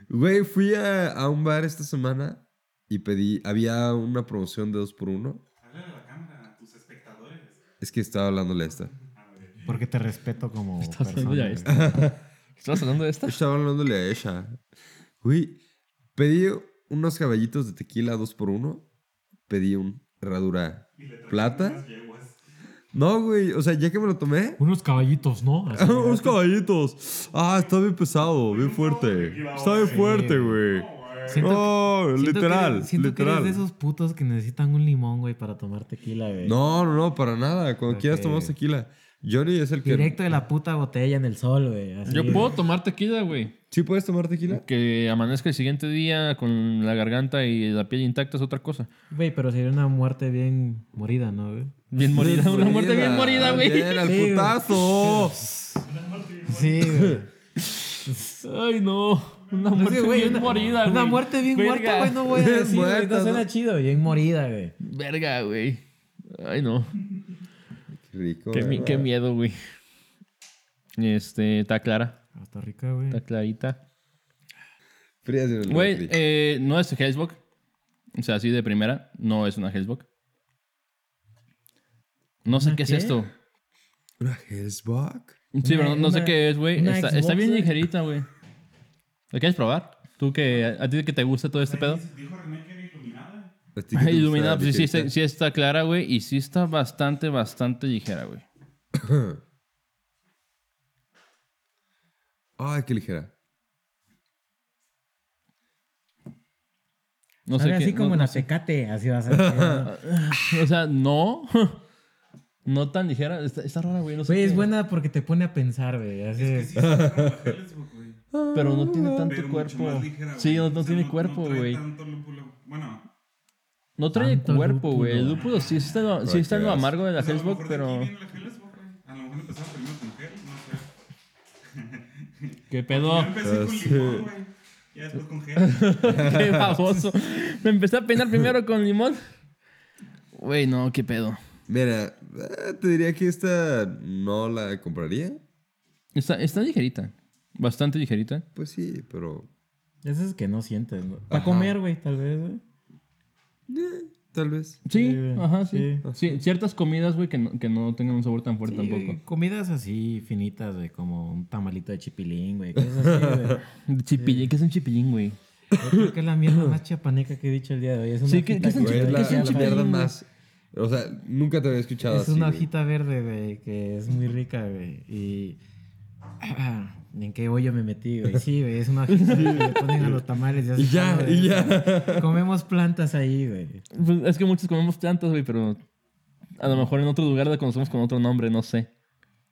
Güey, fui a, a un bar esta semana y pedí. Había una promoción de 2x1.
Háblale a la cámara, a tus espectadores.
Es que estaba hablándole a esta.
<laughs> Porque te respeto como
<laughs> ¿Estás hablando
persona. güey.
de esta? ¿Estás hablando de esta?
Estaba hablándole a ella. Güey, pedí unos caballitos de tequila 2x1. Pedí un herradura
<laughs>
plata. No, güey, o sea, ya que me lo tomé,
Unos caballitos, ¿no? Así.
Unos caballitos. Ah, está bien pesado, bien fuerte. Está bien fuerte, güey.
Siento
No,
Siento que
literal,
eres- siento
literal.
que eres de esos putos que necesitan un limón, güey, para tomar tequila, güey.
No, no, no, para nada. Cuando quieras tomar tequila. Johnny es el que...
Directo de la puta botella en el sol, güey. así,
Yo
güey.
puedo tomar tequila, güey.
¿Sí puedes tomar tequila?
Que amanezca el siguiente día con la garganta y la piel intacta es otra cosa.
Güey, pero sería una muerte bien morida, ¿no, güey?
Bien morida, una muerte bien morida,
Bien,
güey.
al
Sí,
putazo.
Sí, güey.
Ay, no. Una
Es
muerte
que, güey,
bien
una,
<laughs> morida, güey.
una muerte bien
Verga.
muerta, güey, no voy a decir, güey,
Muerta,
no suena
¿no?
chido, bien morida, güey.
Verga, güey. Ay, no.
Qué rico.
Qué, mi-
güey.
qué miedo, güey. Este, está clara.
Costa Ah, Rica, güey.
Está clarita.
Frías de
Güey,
Güey,
eh, no es Hellsbock. O sea, así de primera, no es una Hellsbock. No sé qué, es
qué?
esto.
¿Una Hellsbock?
Sí,
Una-
pero no, no sé
una-
qué es, güey.
una
Está,
Xbox,
está bien
güey.
ligerita, güey. ¿La quieres probar? ¿Tú que a ti que te gusta todo este pedo?
Dijo René que era iluminada.
¿A ti qué
<laughs>
te
Iluminada,
gusta,
pues, sí, sí,
ligerita?
sí está clara, güey. Y sí está bastante, bastante ligera, güey.
Ay, qué ligera.
No sé
Sabe
qué.
así
no-
como la pecate, así va a ser.
O sea, no. <laughs> No tan ligera. Está, está rara, güey. No sé
Güey, es
qué,
buena porque te pone a pensar, güey. así de-
Sí, sí, sí,
<laughs>
era la Hellsbock, güey.
Pero no tiene tanto
Pero mucho
cuerpo.
más ligera, güey.
sí, no, no
O sea,
tiene cuerpo,
trae
güey.
tanto lúpulo. Bueno,
No trae
tanto
cuerpo,
lúpulo.
güey. El lúpulo sí está, en lo- sí
que
está en lo
veas.
amargo de la
pues a lo mejor
Facebook,
de aquí
pero.
viene la Hellsbock, güey. A lo mejor empezaba primero con gel, no sé.
¿Qué
Yo
pedo?
empecé con
pues,
sí.
limón, güey. Ya después con gel.
<laughs> Qué baboso. Me empecé a peinar primero con limón. Güey, no, qué pedo.
Mira, eh, te diría que esta no la compraría.
Está, está ligerita. Bastante ligerita.
Pues sí, pero
Esas que no sientes, ¿no? Para
Ajá.
comer, güey, tal vez, güey.
tal vez.
Sí,
Sí, güey.
ajá, sí.
Sí.
Sí, Ciertas comidas, güey, que no, que no tengan un sabor tan fuerte
Sí, güey,
tampoco.
Comidas así finitas, güey, como un tamalito de chipilín, güey. cosas así, güey.
Chipillín, ¿qué es un chipillín, güey?
Yo creo que es la mierda más chiapaneca que he dicho el día de hoy. Es una
Sí, ¿qué-
hojita,
qué es un
güey,
Güey, es
chipilín?
la,
¿Qué es un
la
chipilín,
mierda
güey?
más. O sea, nunca te había escuchado
Es
así.
una
güey.
hojita verde, güey, que es muy rica, güey. Y. <clears throat> ¿En qué hoyo me metí, güey? Sí, güey, es una hojita que le ponen a los tamales.
<laughs> Y
se
ya,
sabe,
y
güey.
ya.
Comemos plantas ahí, güey.
Pues, es que muchos comemos plantas, güey, pero a lo mejor en otro lugar la conocemos con otro nombre, no sé.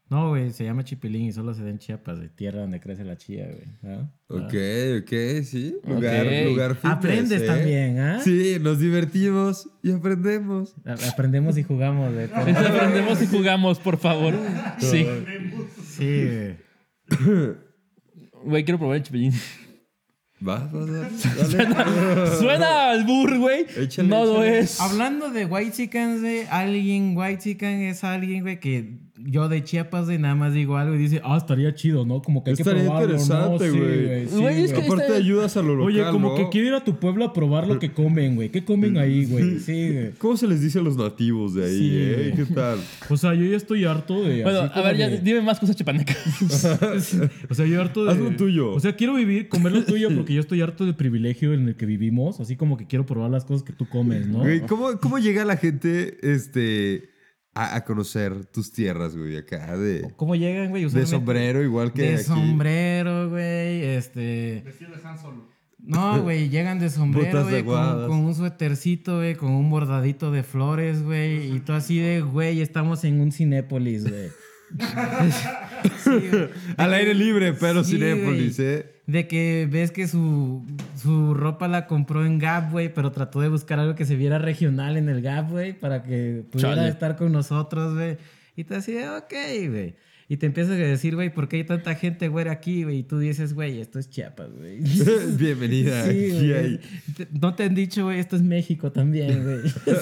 No, güey, se llama chipilín y solo se da en Chiapas, de tierra donde crece la chía, güey. ¿Ah?
Ok, ok, sí. Lugar,
Ok.
lugar fitness,
Aprendes
¿eh?
también, ¿ah?
Sí, nos divertimos y aprendemos.
A- Aprendemos y jugamos, güey. pero-
<laughs>
Aprendemos y jugamos, por favor. Sí.
Sí, güey.
Güey, quiero probar el chipillín.
Vas, vas, vas. Dale.
Suena al burro, güey.
Échale,
No lo
échale.
es.
Hablando de White Chickens, güey, alguien White Chicken es alguien, güey, que yo de Chiapas, güey, nada más digo algo y dice, ah, estaría chido, ¿no? Como que hay
Estaría
que probarlo, ¿no?
interesante,
Sí,
güey.
sí,
Güey, es
güey.
que-
Aparte
está-
ayudas a lo local,
Oye, como
¿no?
que quiero ir a tu pueblo a probar lo que comen, güey. ¿Qué comen ahí,
<laughs>
güey? Sí, güey.
¿Cómo se les dice a los nativos de ahí,
Sí,
eh? ¿Qué
<laughs>
tal?
O sea, yo ya estoy harto de...
Bueno,
así
a ver,
como
ya,
de-
dime más cosas chipanecas.
O sea, yo harto de.
Haz lo tuyo.
O sea, quiero vivir, comer lo tuyo porque yo estoy harto del privilegio en el que vivimos. Así como que quiero probar las cosas que tú comes, ¿no?
Güey, ¿cómo, ¿cómo llega la gente este, a, a conocer tus tierras, güey? Acá de,
¿Cómo llegan, güey?
de
Usualmente-
sombrero, igual que
De
aquí.
sombrero, güey. Este.
Vestido de Han Solo.
<laughs>
No, güey, llegan de sombrero,
Botas de
güey,
guadas.
con, con un suétercito, güey, con un bordadito de flores, güey, y tú así de, güey, estamos en un
<laughs>
Cinépolis, güey. <laughs> Sí, güey.
Al aire libre, pero
Sí,
sin Cinépolis,
güey.
¿eh?
De que ves que su, su ropa la compró en Gap, güey, pero trató de buscar algo que se viera regional en el Gap, güey, para que pudiera
Chale.
estar con nosotros, güey. Y te así, de, ok, güey. Y te empiezas a decir, güey, ¿por qué hay tanta gente, güey, aquí, güey? Y tú dices, güey, esto es Chiapas, güey.
<laughs>
<laughs> Bienvenida.
<laughs> Sí,
aquí
güey.
hay-
Te- No te han dicho, güey, esto es México también, güey. <laughs>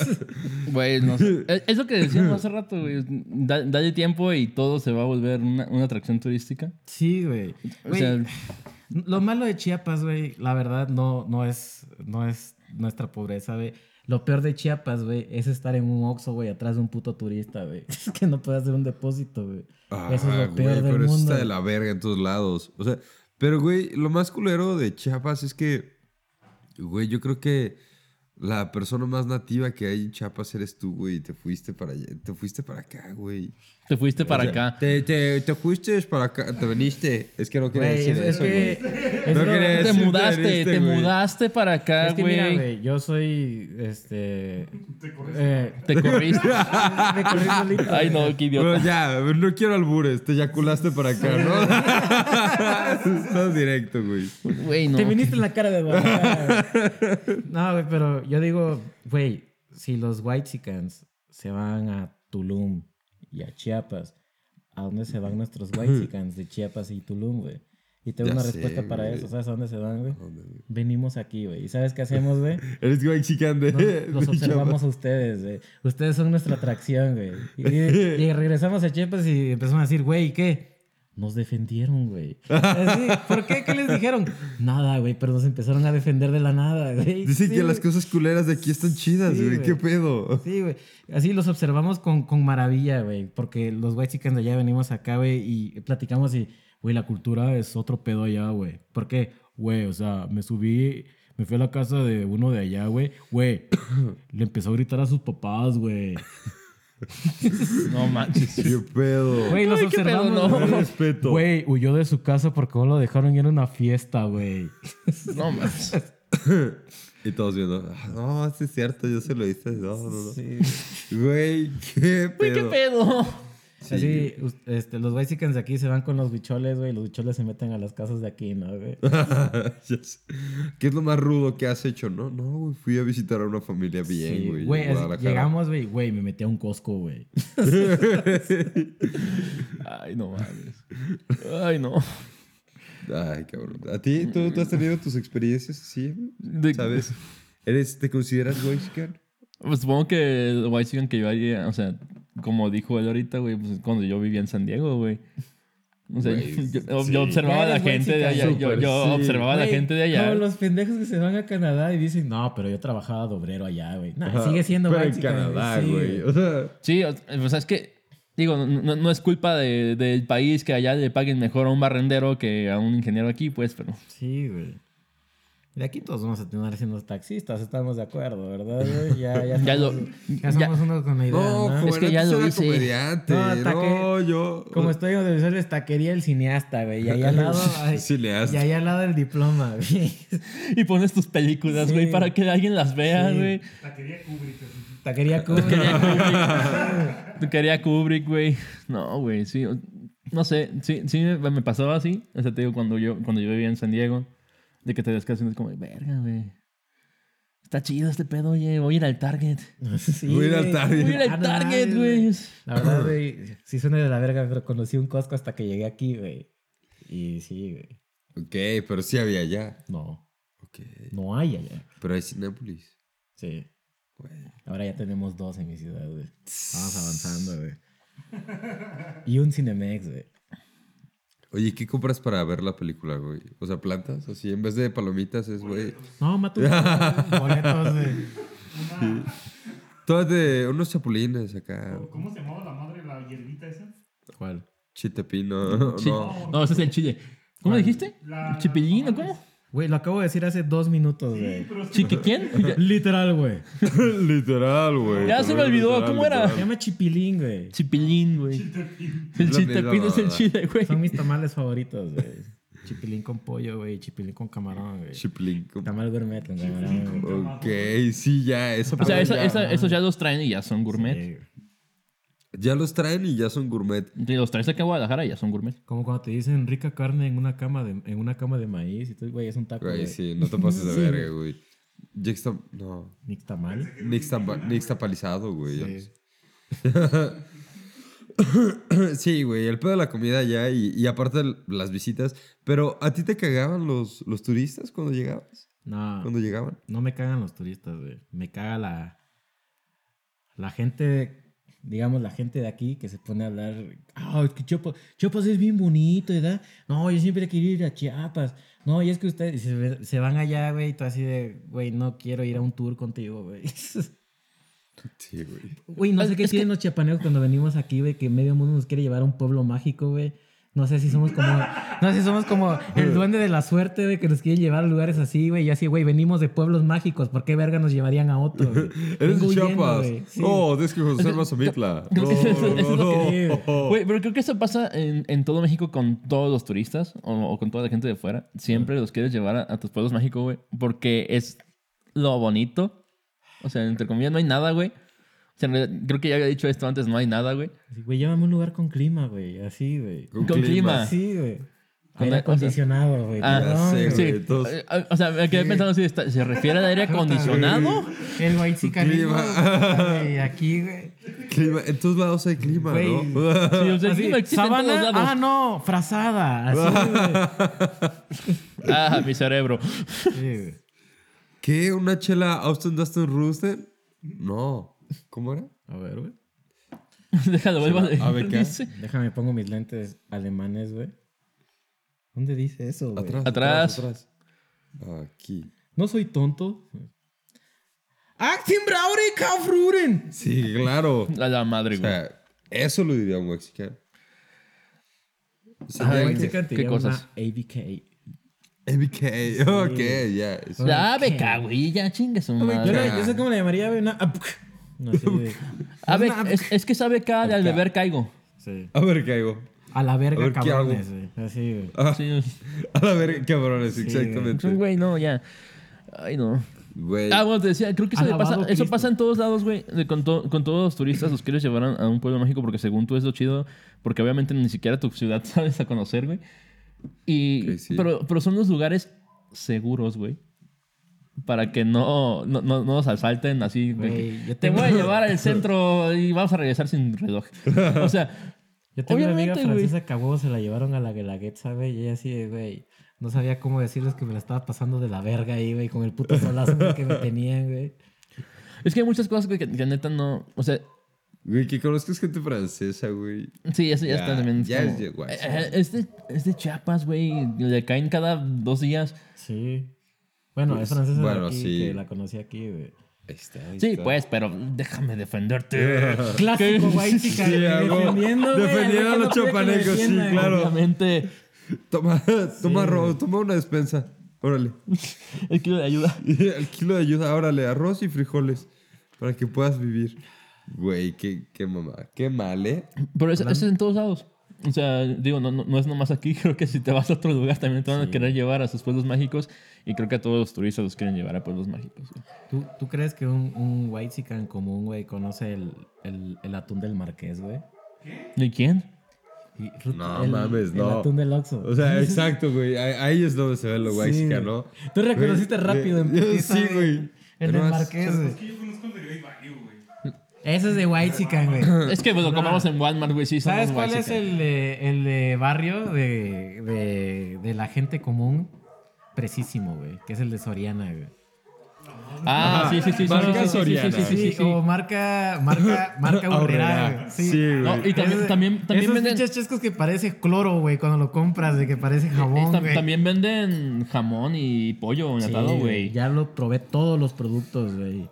Güey, no sé. <laughs> Es- Es lo que decíamos hace rato, güey. Da- Dale tiempo y todo se va a volver una, una atracción turística.
sí, güey.
O
Güey,
sea,
Lo malo de Chiapas, güey, la verdad no, no, es, no es nuestra pobreza, güey. Lo peor de Chiapas, güey, es estar en un Oxxo, güey, atrás de un puto turista, güey. <laughs> Es que no puede hacer un depósito, güey. Eso es
Ah,
lo
güey,
peor del
pero eso
mundo.
está de la verga en todos lados. O sea, pero güey, lo más culero de Chiapas es que, güey, yo creo que la persona más nativa que hay en Chiapas eres tú, güey. y Te fuiste para allá, te fuiste para acá, güey.
te fuiste para acá.
Te, te, te fuiste para acá, te viniste. Es que no quería
Güey,
decir
es, es
eso,
que...
güey.
es
No
lo-
quería
Te
decir que
mudaste,
viniste,
te
güey.
mudaste para acá,
es que mira,
güey.
güey, yo soy, este...
Te corres.
eh,
Te corriste.
<laughs> me corrí solito,
Ay,
güey.
no, qué idiota.
Bueno, ya, no quiero albures, te eyaculaste para acá,
<laughs>
¿no? <laughs> Estás directo, güey.
Güey, no.
Te viniste en la cara de Guadalajara, güey. <laughs> No, güey, pero yo digo, güey, si los Whitexicans se van a Tulum y a Chiapas, ¿a dónde se van nuestros Whitexicans de Chiapas y Tulum, güey? Y tengo
Ya
una
sé,
respuesta para
güey.
eso. ¿Sabes a dónde se van, güey? Venimos aquí, güey. ¿Y sabes qué hacemos, güey?
Eres güey chican de. <laughs>
No, los observamos a ustedes, güey. Ustedes son nuestra atracción, güey. Y,
<laughs>
y regresamos a Chiapas y empezamos a decir, güey, ¿qué? Nos
<laughs>
defendieron, güey. Así, ¿Por qué? ¿Qué les dijeron? Nada, güey, pero nos empezaron a defender de la nada, güey.
Dicen
Sí,
que las cosas culeras de aquí están chidas,
Sí,
güey.
güey.
¿Qué pedo?
Sí, güey. Así los observamos con, con maravilla, güey. Porque los white de allá venimos acá, güey, y platicamos y, güey, la cultura es otro pedo allá, güey. ¿Por qué? Güey, o sea, me subí, me fui a la casa de uno de allá, güey. Güey, <coughs> le empezó a gritar a sus papás, güey.
No manches.
¿Qué <laughs> pedo?
Güey, los
Ay, qué pedo,
observamos.
no.
güey.
Qué respeto.
Güey, huyó de su casa porque no lo dejaron ir a una fiesta, güey.
No manches.
Y todos viendo. "Ah, No, sí es cierto, yo se lo hice. No, no, no. Güey, qué
Güey, ¿Qué
pedo.
pedo?
Así, us- este, los Whitexicans de aquí se van con los bicholes, güey. y Los bicholes se meten a las casas de aquí, ¿no, güey?
<laughs> Ya sé. ¿Qué es lo más rudo que has hecho? No, no, güey. Fui a visitar a una familia bien,
Sí,
güey. en
güey, así
Guadalajara.
llegamos, güey, güey, me metí a un Costco, güey.
Ay, no mames. Ay, no.
Ay, cabrón. ¿A ti? ¿Tú, tú has tenido tus experiencias así? güey?
De-
¿Sabes? ¿Eres, ¿Te consideras güey, chican?
Pues supongo que el White Chicken que yo haría, o sea, como dijo él ahorita, güey, pues cuando yo vivía en San Diego, güey. O sea,
Güey,
yo, yo observaba a la
Eres buen
gente de allá.
chica.
Yo,
Súper,
yo
sí.
observaba a la
Güey,
gente de allá.
Como los pendejos que se van a Canadá y dicen, no, pero yo trabajaba de obrero allá, güey. No,
Ajá.
sigue siendo
Pero en
básica,
Canadá,
sí,
güey. O sea,
Sí, o, o sea, es que, digo, no, no- no es culpa de- del país que allá le paguen mejor a un barrendero que a un ingeniero aquí, pues, pero.
Sí, güey. De aquí todos vamos a tener siendo taxistas, estamos de acuerdo, ¿verdad, güey? Ya, ya,
<laughs> Ya
estamos-
lo-
ya somos unos con la idea, ¿no?
no,
Es que ya
Juvenal
lo
era
hice.
comediante.
No, hasta
No, yo. <laughs>
Como estoy en audiovisuales, taquería el cineasta, güey. Y ahí al lado... ay,
Sí, le haces.
y ahí al lado el diploma, güey. <laughs>
Y pones tus películas,
Sí.
güey, para que alguien las vea,
Sí.
güey.
Taquería Kubrick. así.
<laughs>
Taquería Cuba.
Tú Quería Kubrick, güey. <laughs> No, güey, sí. o- No sé, sí, sí me me pasaba así. O sea, te digo, cuando yo, cuando yo vivía en San Diego, de que te ves casi como, verga, güey. Está chido este pedo, oye. Voy a ir al Target.
Sí,
Voy a ir al
güey.
Target.
Voy a ir
Ah,
al
no
Target,
mames,
güey.
La verdad, <laughs> güey, sí suena de la verga, pero conocí un Costco hasta que llegué aquí, güey. Y sí, güey.
Ok, pero sí había allá.
No,
Ok.
no hay allá.
Pero hay Cinépolis.
Sí.
Güey.
Ahora ya tenemos dos en mi ciudad, güey. Vamos avanzando, güey. <laughs> Y un Cinemex, güey.
Oye, ¿qué compras para ver la película, güey? O sea, plantas, así, en vez de palomitas, es, güey.
No, <laughs> mato boletos, güey.
Una-
Todas de unos chapulines acá.
¿Cómo se llamaba la madre la hierbita esa?
¿Cuál?
Chitepino. <laughs>
Sí.
No.
No, ese es el chile. ¿Cómo dijiste?
La-
¿Chipillín o cómo?
Güey, lo acabo de decir hace dos minutos, güey.
Pero sí,
¿Chique quién? Ya-
Literal, güey.
literal, güey.
Ya se me olvidó, ¿cómo era?
Se llama Ah. Chipilín, güey.
Chipillín, güey. El
Es la
chitepín
misma
es el
mamada.
chile, güey.
Son mis tamales favoritos, güey. Chipilín con pollo, güey. Chipilín con camarón, güey.
Chiplin.
Tamal gourmet con camarón, güey.
Ok, sí, ya, eso.
O sea,
pero
esa-
ya,
esa- esos ya los traen y ya son gourmet.
Sí, güey.
ya los traen y ya son gourmet.
Y Los traes acá a Guadalajara y ya son gourmet.
Como cuando te dicen rica carne en una cama de, en una cama de maíz y tú, güey, es un taco,
Güey,
güey.
sí, no te pases de verga, güey. Jackson, no.
Nixtamal.
Nixtapa- Nixtapalizado, güey. ya no sé. <laughs> Sí, güey, el pedo de la comida ya y, y aparte el- las visitas. Pero a ti te cagaban los, los turistas cuando llegabas.
No,
Cuando llegaban.
no me cagan los turistas, güey. Me caga la la gente, digamos, la gente de aquí que se pone a hablar, ah, es que Chiapas, Chiapas es bien bonito, ¿verdad? No, yo siempre quiero ir a Chiapas. No, y es que ustedes y se, ve- se van allá, güey, y tú así de, güey, no quiero ir a un tour contigo, güey. <laughs>
Sí, güey.
Güey, no sé qué
Es que-
tienen los chiapanecos cuando venimos aquí, güey, que medio mundo nos quiere llevar a un pueblo mágico, güey. No sé si somos como, no sé si somos como el duende de la suerte, güey, que nos quiere llevar a lugares así, güey. Y así, güey, venimos de pueblos mágicos, ¿por qué verga nos llevarían a otro? güey?
Eres
Vengo
de
huyendo,
Chiapas.
güey. Sí.
Oh, tienes que conocer más a Mitla.
creo que eso- eso es lo
No,
que
no, no.
Güey, pero creo que eso pasa en, en todo México con todos los turistas o, o con toda la gente de fuera. Siempre los quieres llevar a, a tus pueblos mágicos, güey, porque es lo bonito. O sea, entre comillas, no hay nada, güey. O sea, en realidad, creo que ya había dicho esto antes, no hay nada, güey.
Así, Güey, llévame a un lugar con clima, güey, así, güey.
Con
Con clima.
Sí, güey.
Con
Aire
la- Ah. o sea-
acondicionado, güey.
Ah,
perdón,
sé,
güey.
güey,
Sí,
entonces-
eh, o sea, me quedé pensando si está- se refiere al aire acondicionado.
El güey sí
Clima.
aquí, güey.
Clima. En todos lados hay clima,
Güey.
¿no?
Sí, o sea,
Así,
no existe en todos
sábana,
lados.
ah, no, frazada, así, güey.
Ah, mi cerebro. <laughs>
Sí, güey.
<laughs> ¿Qué? ¿Una chela Austin Dustin Rooster? No. ¿Cómo era?
A ver, güey.
Déjalo, vuelvo a
a ver, ¿qué?
dice.
Déjame, pongo mis lentes alemanes, güey. ¿Dónde dice eso, güey?
Atrás.
Atrás.
atrás. Aquí.
No soy tonto. ¡Ah, Actimbraure Kafruren.
Sí, claro.
A la
<laughs>
madre,
O
güey.
sea, eso lo diría un mexicano. O sea,
Ah,
ya-
güey, chica, te
¿qué
llama
cosas?
ABK.
MK. Ok, ya. eso.
La ABK, güey, ya chingue su
Ah,
Yo,
madre.
le- yo sé cómo le llamaría, güey. Una APK. No sé, güey.
A ver, es, es que sabe ABK de al beber caigo.
Sí.
A ver, caigo.
A la verga,
A ver, ¿qué
cabrones, güey. Así, güey.
Sí,
A la verga, cabrones, exactamente.
Son, güey, no, ya. Ay, no.
Güey.
Ah, bueno, te decía, creo que eso, le
Alabado
pasa, eso
Cristo.
pasa en todos lados, güey. de- Con, to- con todos los turistas los quieres llevar a, a un pueblo mágico porque según tú es lo chido, porque obviamente ni siquiera tu ciudad <laughs> sabes a conocer, güey. Y,
Ok, sí.
pero, pero son los lugares seguros, güey. Para que no, no, no- no nos asalten así. de
Güey,
que,
yo
Te
tengo-
voy a
<laughs>
llevar al centro y vamos a regresar sin reloj. O sea,
Yo tengo una amiga
Obviamente, güey.
francesa que a huevo se la llevaron a la Guelaguetza, güey. Y ella así, de, güey. No sabía cómo decirles que me la estaba pasando de la verga ahí, güey. Con el puto solazo güey, que me tenían, güey.
Es que hay muchas cosas güey, que, que neta no. O sea,
Güey, que conozcas gente francesa, güey.
Sí, eso ya,
Ya,
está también. es
ya
como-
es de guay.
Eh, eh, Este, este Chiapas, güey, le caen cada dos días.
Sí. Bueno,
Pues,
es francesa de
bueno,
aquí,
sí.
que la conocí aquí, güey.
Ahí está. ahí
Sí,
está.
pues, pero déjame <laughs> defenderte.
Clásico white
Sí, a huevo.
defendiendo, güey,
Defendiendo
güey,
a los
que no pide que
chapanecos, sí,
defiendan.
claro.
Obviamente,
Toma, toma, arroz, toma una despensa. Órale. <laughs>
el kilo de ayuda.
El kilo de ayuda, órale, arroz y frijoles. Para que puedas vivir. Güey, qué, qué mamá. Qué mal, ¿eh?
Pero es, eso es en todos lados. O sea, digo, no, no, no es nomás aquí. <laughs> Creo que si te vas a otro lugar también te van a querer llevar a sus pueblos mágicos. Y creo que a todos los turistas los quieren llevar a pueblos mágicos. güey.
¿Tú, ¿Tú crees que un, un white chican común, güey, conoce el, el, el atún del marqués, güey?
¿De quién?
Y-
No
el-
mames,
El
no.
atún del Oxxo.
O sea, exacto, güey. Ahí, ahí es donde se ve lo guay,
Sí.
¿no?
Tú reconociste
Güey,
rápido en
yo-
putiza,
Sí, güey.
El
Además,
del marqués,
Es
güey.
que yo conozco el de Great Value, güey.
Ese es de white chican, <laughs> güey.
Es que pues, lo compramos en Walmart, güey. Sí, somos
¿Sabes cuál es
guaychicas.
el de, el de barrio de, de, de la gente común? Precisísimo, güey. Que es el de Soriana, güey.
Ah,
Ajá.
sí, sí, sí. sí,
Marca
sí, sí, sí,
Soriana.
Sí, sí, sí, sí.
O marca, <laughs> marca, marca Aurrera,
Aurrera.
güey.
Sí,
No,
güey.
y también,
Ese-
también, también
Esos
venden.
pinches chescos que parece cloro, güey, cuando lo compras, de que parece
Eh,
jabón,
tam-
güey.
También venden jamón y pollo
Sí,
enlatado, güey.
Ya lo probé todos los productos, güey.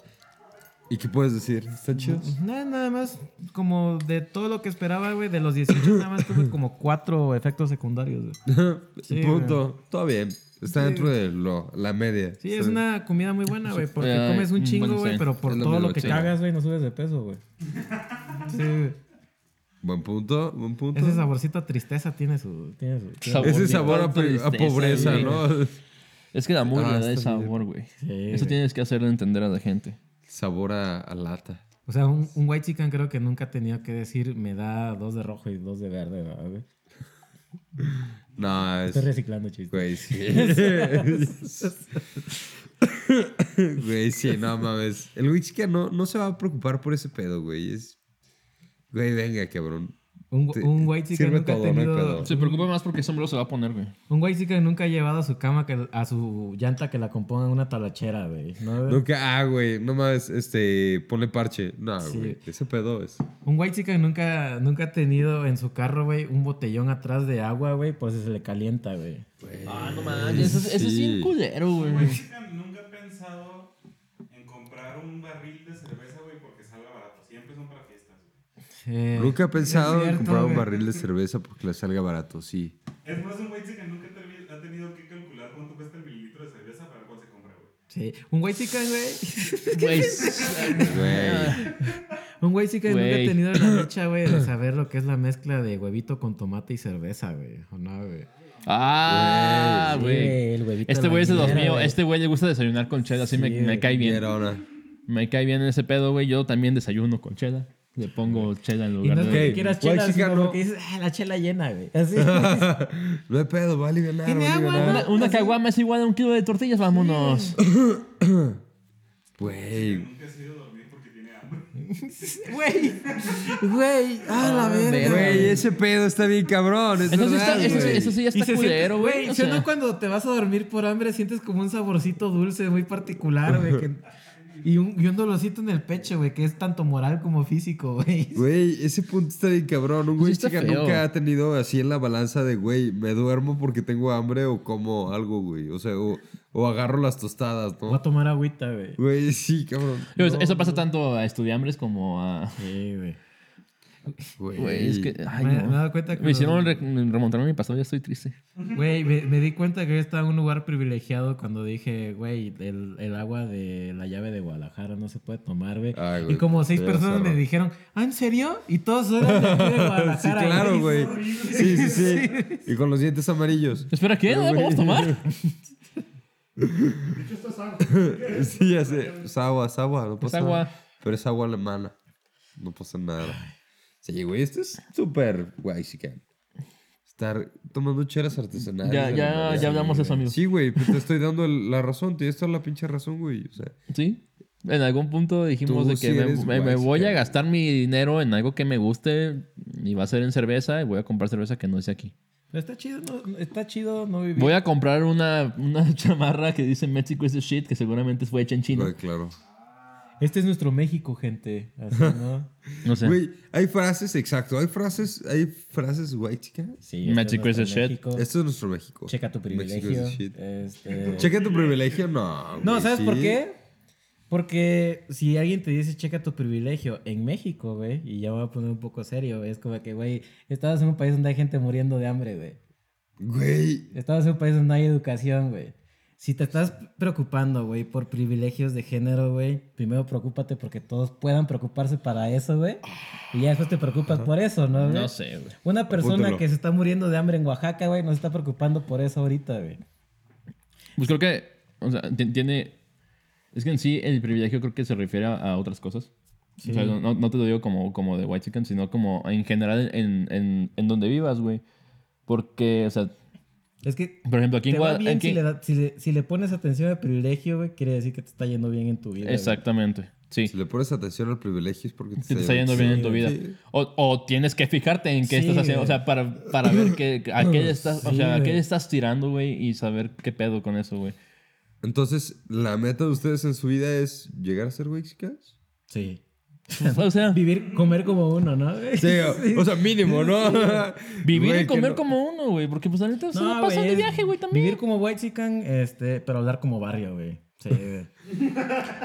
¿Y qué puedes decir? ¿Están chidos?
Nada, nada más, como de todo lo que esperaba, güey, de los 18, nada más tuve como cuatro efectos secundarios, güey.
<laughs>
Sí,
Punto. Todo bien. Está dentro de lo, la media.
Sí,
Está
es
bien.
una comida muy buena, güey, porque
Ay,
comes un chingo,
Ah, mm, bueno,
güey,
sí.
pero por
Es lo
todo
mismo,
lo que
sí.
cagas, güey, no subes de peso, güey. Sí, güey.
Buen punto, buen punto.
Ese saborcito a tristeza tiene su... Tiene su tiene-
Sabor
Ese
de
sabor a, pe-
tanta
a
tristeza,
pobreza,
güey.
¿no? <laughs>
Es que la amor
Ah,
le da
está
ese
bien.
sabor, güey.
Sí,
Eso
güey.
tienes que hacerle entender a la gente.
Sabor a, a lata.
O sea, un, un white chicken creo que nunca ha tenido que decir me da dos de rojo y dos de verde, ¿verdad, güey.
No, es...
Estoy reciclando chistes.
Güey,
<laughs>
sí. <laughs> güey, sí, no mames. El güey chica no, no se va a preocupar por ese pedo, güey. Es... Güey, venga, cabrón.
Un,
Te-
un white chicken
sirve
nunca
todo,
ha
no hay
tenido...
pedo.
Se preocupa más porque ese hombre se va a poner, güey.
Un white chicken nunca ha llevado a su cama, que, a su llanta que la componga en una talachera, güey. ¿no, güey?
Nunca, ah, güey, no mames, este, ponle parche. No,
Sí.
güey, ese pedo es.
Un white chicken nunca, nunca ha tenido en su carro, güey, un botellón atrás de agua, güey, por si se le calienta, güey.
Ah, no manches. Eso, eso es
sí.
bien culero, güey.
<laughs> Güey, chica, nunca he pensado en comprar un barril de cerveza, güey, porque salga barato. Siempre son para fiestas, güey.
Eh,
Nunca he pensado en
es cierto,
comprar un
güey.
barril de cerveza porque le salga barato, sí.
Es más, un güey dice que nunca te- ha tenido que calcular cuánto cuesta el mililitro de cerveza para ver cuál se compra, güey.
Sí. Un white chicken, güey. <laughs>
Güey.
Güey.
Un white chicken nunca
Güey.
ha tenido
<laughs>
la dicha, güey, de saber lo que es la mezcla de huevito con tomate y cerveza, güey. ¿O no, güey?
Ah, güey.
el huevito
Este güey es de los
habanero,
míos.
güey.
Este güey le gusta desayunar con chela. Así me,
Sí,
me cae bien.
Vierona.
Me cae bien ese pedo, güey. Yo también desayuno con chela. Le pongo chela en
Y
lugar
no es
de...
que
Ok,
quieras
white
chela,
chicken
sino
no.
porque dices, ah, la chela llena, güey.
<laughs>
Así.
<laughs> No hay pedo, va a alivianar,
Tiene
va a
agua,
alivianar.
Una, una caguama es igual a un kilo de tortillas. Vámonos.
Güey.
Nunca has ido a dormir porque tiene hambre.
Güey. <laughs> Güey. Ah, la verga.
Güey, ese pedo está bien cabrón. Es
Eso sí,
verdad,
está, eso, sí-
güey.
eso sí ya
Y
está
se
culero,
siente-
güey. O
¿sí o no
sea,
cuando te vas a dormir por hambre sientes como un saborcito dulce muy particular, güey. que- Y un, y un dolorcito en el pecho, güey, que es tanto moral como físico, güey.
Güey, ese punto está bien cabrón. Un güey
está
chica
feo.
nunca ha tenido así en la balanza de, güey, me duermo porque tengo hambre o como algo, güey. O sea, o, o agarro las tostadas,
Voy a
¿no?
tomar agüita, güey.
Güey, sí, cabrón.
digo, eso pasa tanto a estudiambres como a...
Sí, güey.
Güey, es que... ay,
Me,
no.
me he dado cuenta que...
Me hicieron re- remontar mi pasado, ya estoy triste.
Güey, me, me di cuenta que yo estaba en un lugar privilegiado cuando dije, güey, el, el agua de la llave de Guadalajara no se puede tomar, Ah, güey.
Ay, güey,
Y como seis
ya
personas
cerró.
me dijeron, ¿ah, en serio? Y todos eran de aquí <laughs> de Guadalajara.
Sí, claro, güey. Sí, sí, sí. Y con los dientes amarillos. <laughs>
Espera, ¿qué? ¿No la podemos tomar?
De hecho, esto es agua.
Sí, ya sé. Es agua, es agua. No pasa
agua.
nada. Pero es agua alemana. No pasa nada. Sí, güey, esto es súper guay, si can. Estar tomando cheras artesanales.
Ya,
de
ya-
la
ya hablamos de eso, amigo.
Sí, güey, pero te estoy dando el- la razón. Tienes toda la pinche razón, güey. O sea,
<laughs> Sí. En algún punto dijimos
Tú
de que
sí
me,
eres
me- me
guay,
voy a
cara.
gastar mi dinero en algo que me guste y va a ser en cerveza y voy a comprar cerveza que no es de aquí.
Pero está chido, no, está chido no vivir.
Voy a comprar <laughs> una, una chamarra que dice Mexico is the shit que seguramente fue hecha en China.
güey, claro.
Este es nuestro México, gente. Así, ¿no?
No sé.
Güey, hay frases, exacto. Hay frases, hay frases, güey, chica.
Sí, este
México
es
is
nuestro
a shit.
México.
Esto es nuestro México.
Checa tu
México is
privilegio.
the shit. <laughs>
Este-
Checa tu privilegio, no.
No,
güey,
¿sabes por
sí.
qué? Porque si alguien te dice checa tu privilegio en México, güey, y ya me voy a poner un poco serio, es como que, güey, estabas en un país donde hay gente muriendo de hambre, güey.
Güey,
Estabas en un país donde no hay educación, güey. Si te estás preocupando, güey, por privilegios de género, güey, primero preocúpate porque todos puedan preocuparse para eso, güey. Y ya después te preocupas por eso, ¿no? güey?
No sé, güey.
Una persona
Apúntalo.
que se está muriendo de hambre en Oaxaca, güey, no se está preocupando por eso ahorita, güey.
Pues creo que, o sea, ti- tiene... Es que en sí el privilegio creo que se refiere a, a otras cosas. O sea, no, no te lo digo como, como de white chicken, sino como en general en, en, en donde vivas, güey. Porque, o sea,
Es que
por ejemplo, aquí en
te va
Guad-
bien
aquí-
si, le da- si le- si le pones atención al privilegio, güey, quiere decir que te está yendo bien en tu vida. güey.
Exactamente, sí.
si le pones atención al privilegio es
<laughs>
porque te,
que te está yendo bien en tu vida.
Sí.
O, o tienes que fijarte en qué
Sí,
estás haciendo, o
güey.
sea, para, para ver qué, a qué le
<laughs>
estás, o
Sí,
sea, a qué
güey.
le estás tirando, güey, y saber qué pedo con
<laughs>
eso, güey.
Entonces, la meta de ustedes en su vida es llegar a ser güey, chicas.
Sí.
O sea,
Vivir, comer como uno, ¿no?
<laughs>
güey? <laughs>
Sí, o, o sea, mínimo, ¿no?
vivir
Güey,
y
que
comer
no-
como uno, güey, porque pues la neta se
No,
la pasan
güey,
de
es
viaje, güey, también.
Vivir como white chican, este, pero hablar como barrio, güey. Sí, <laughs> güey.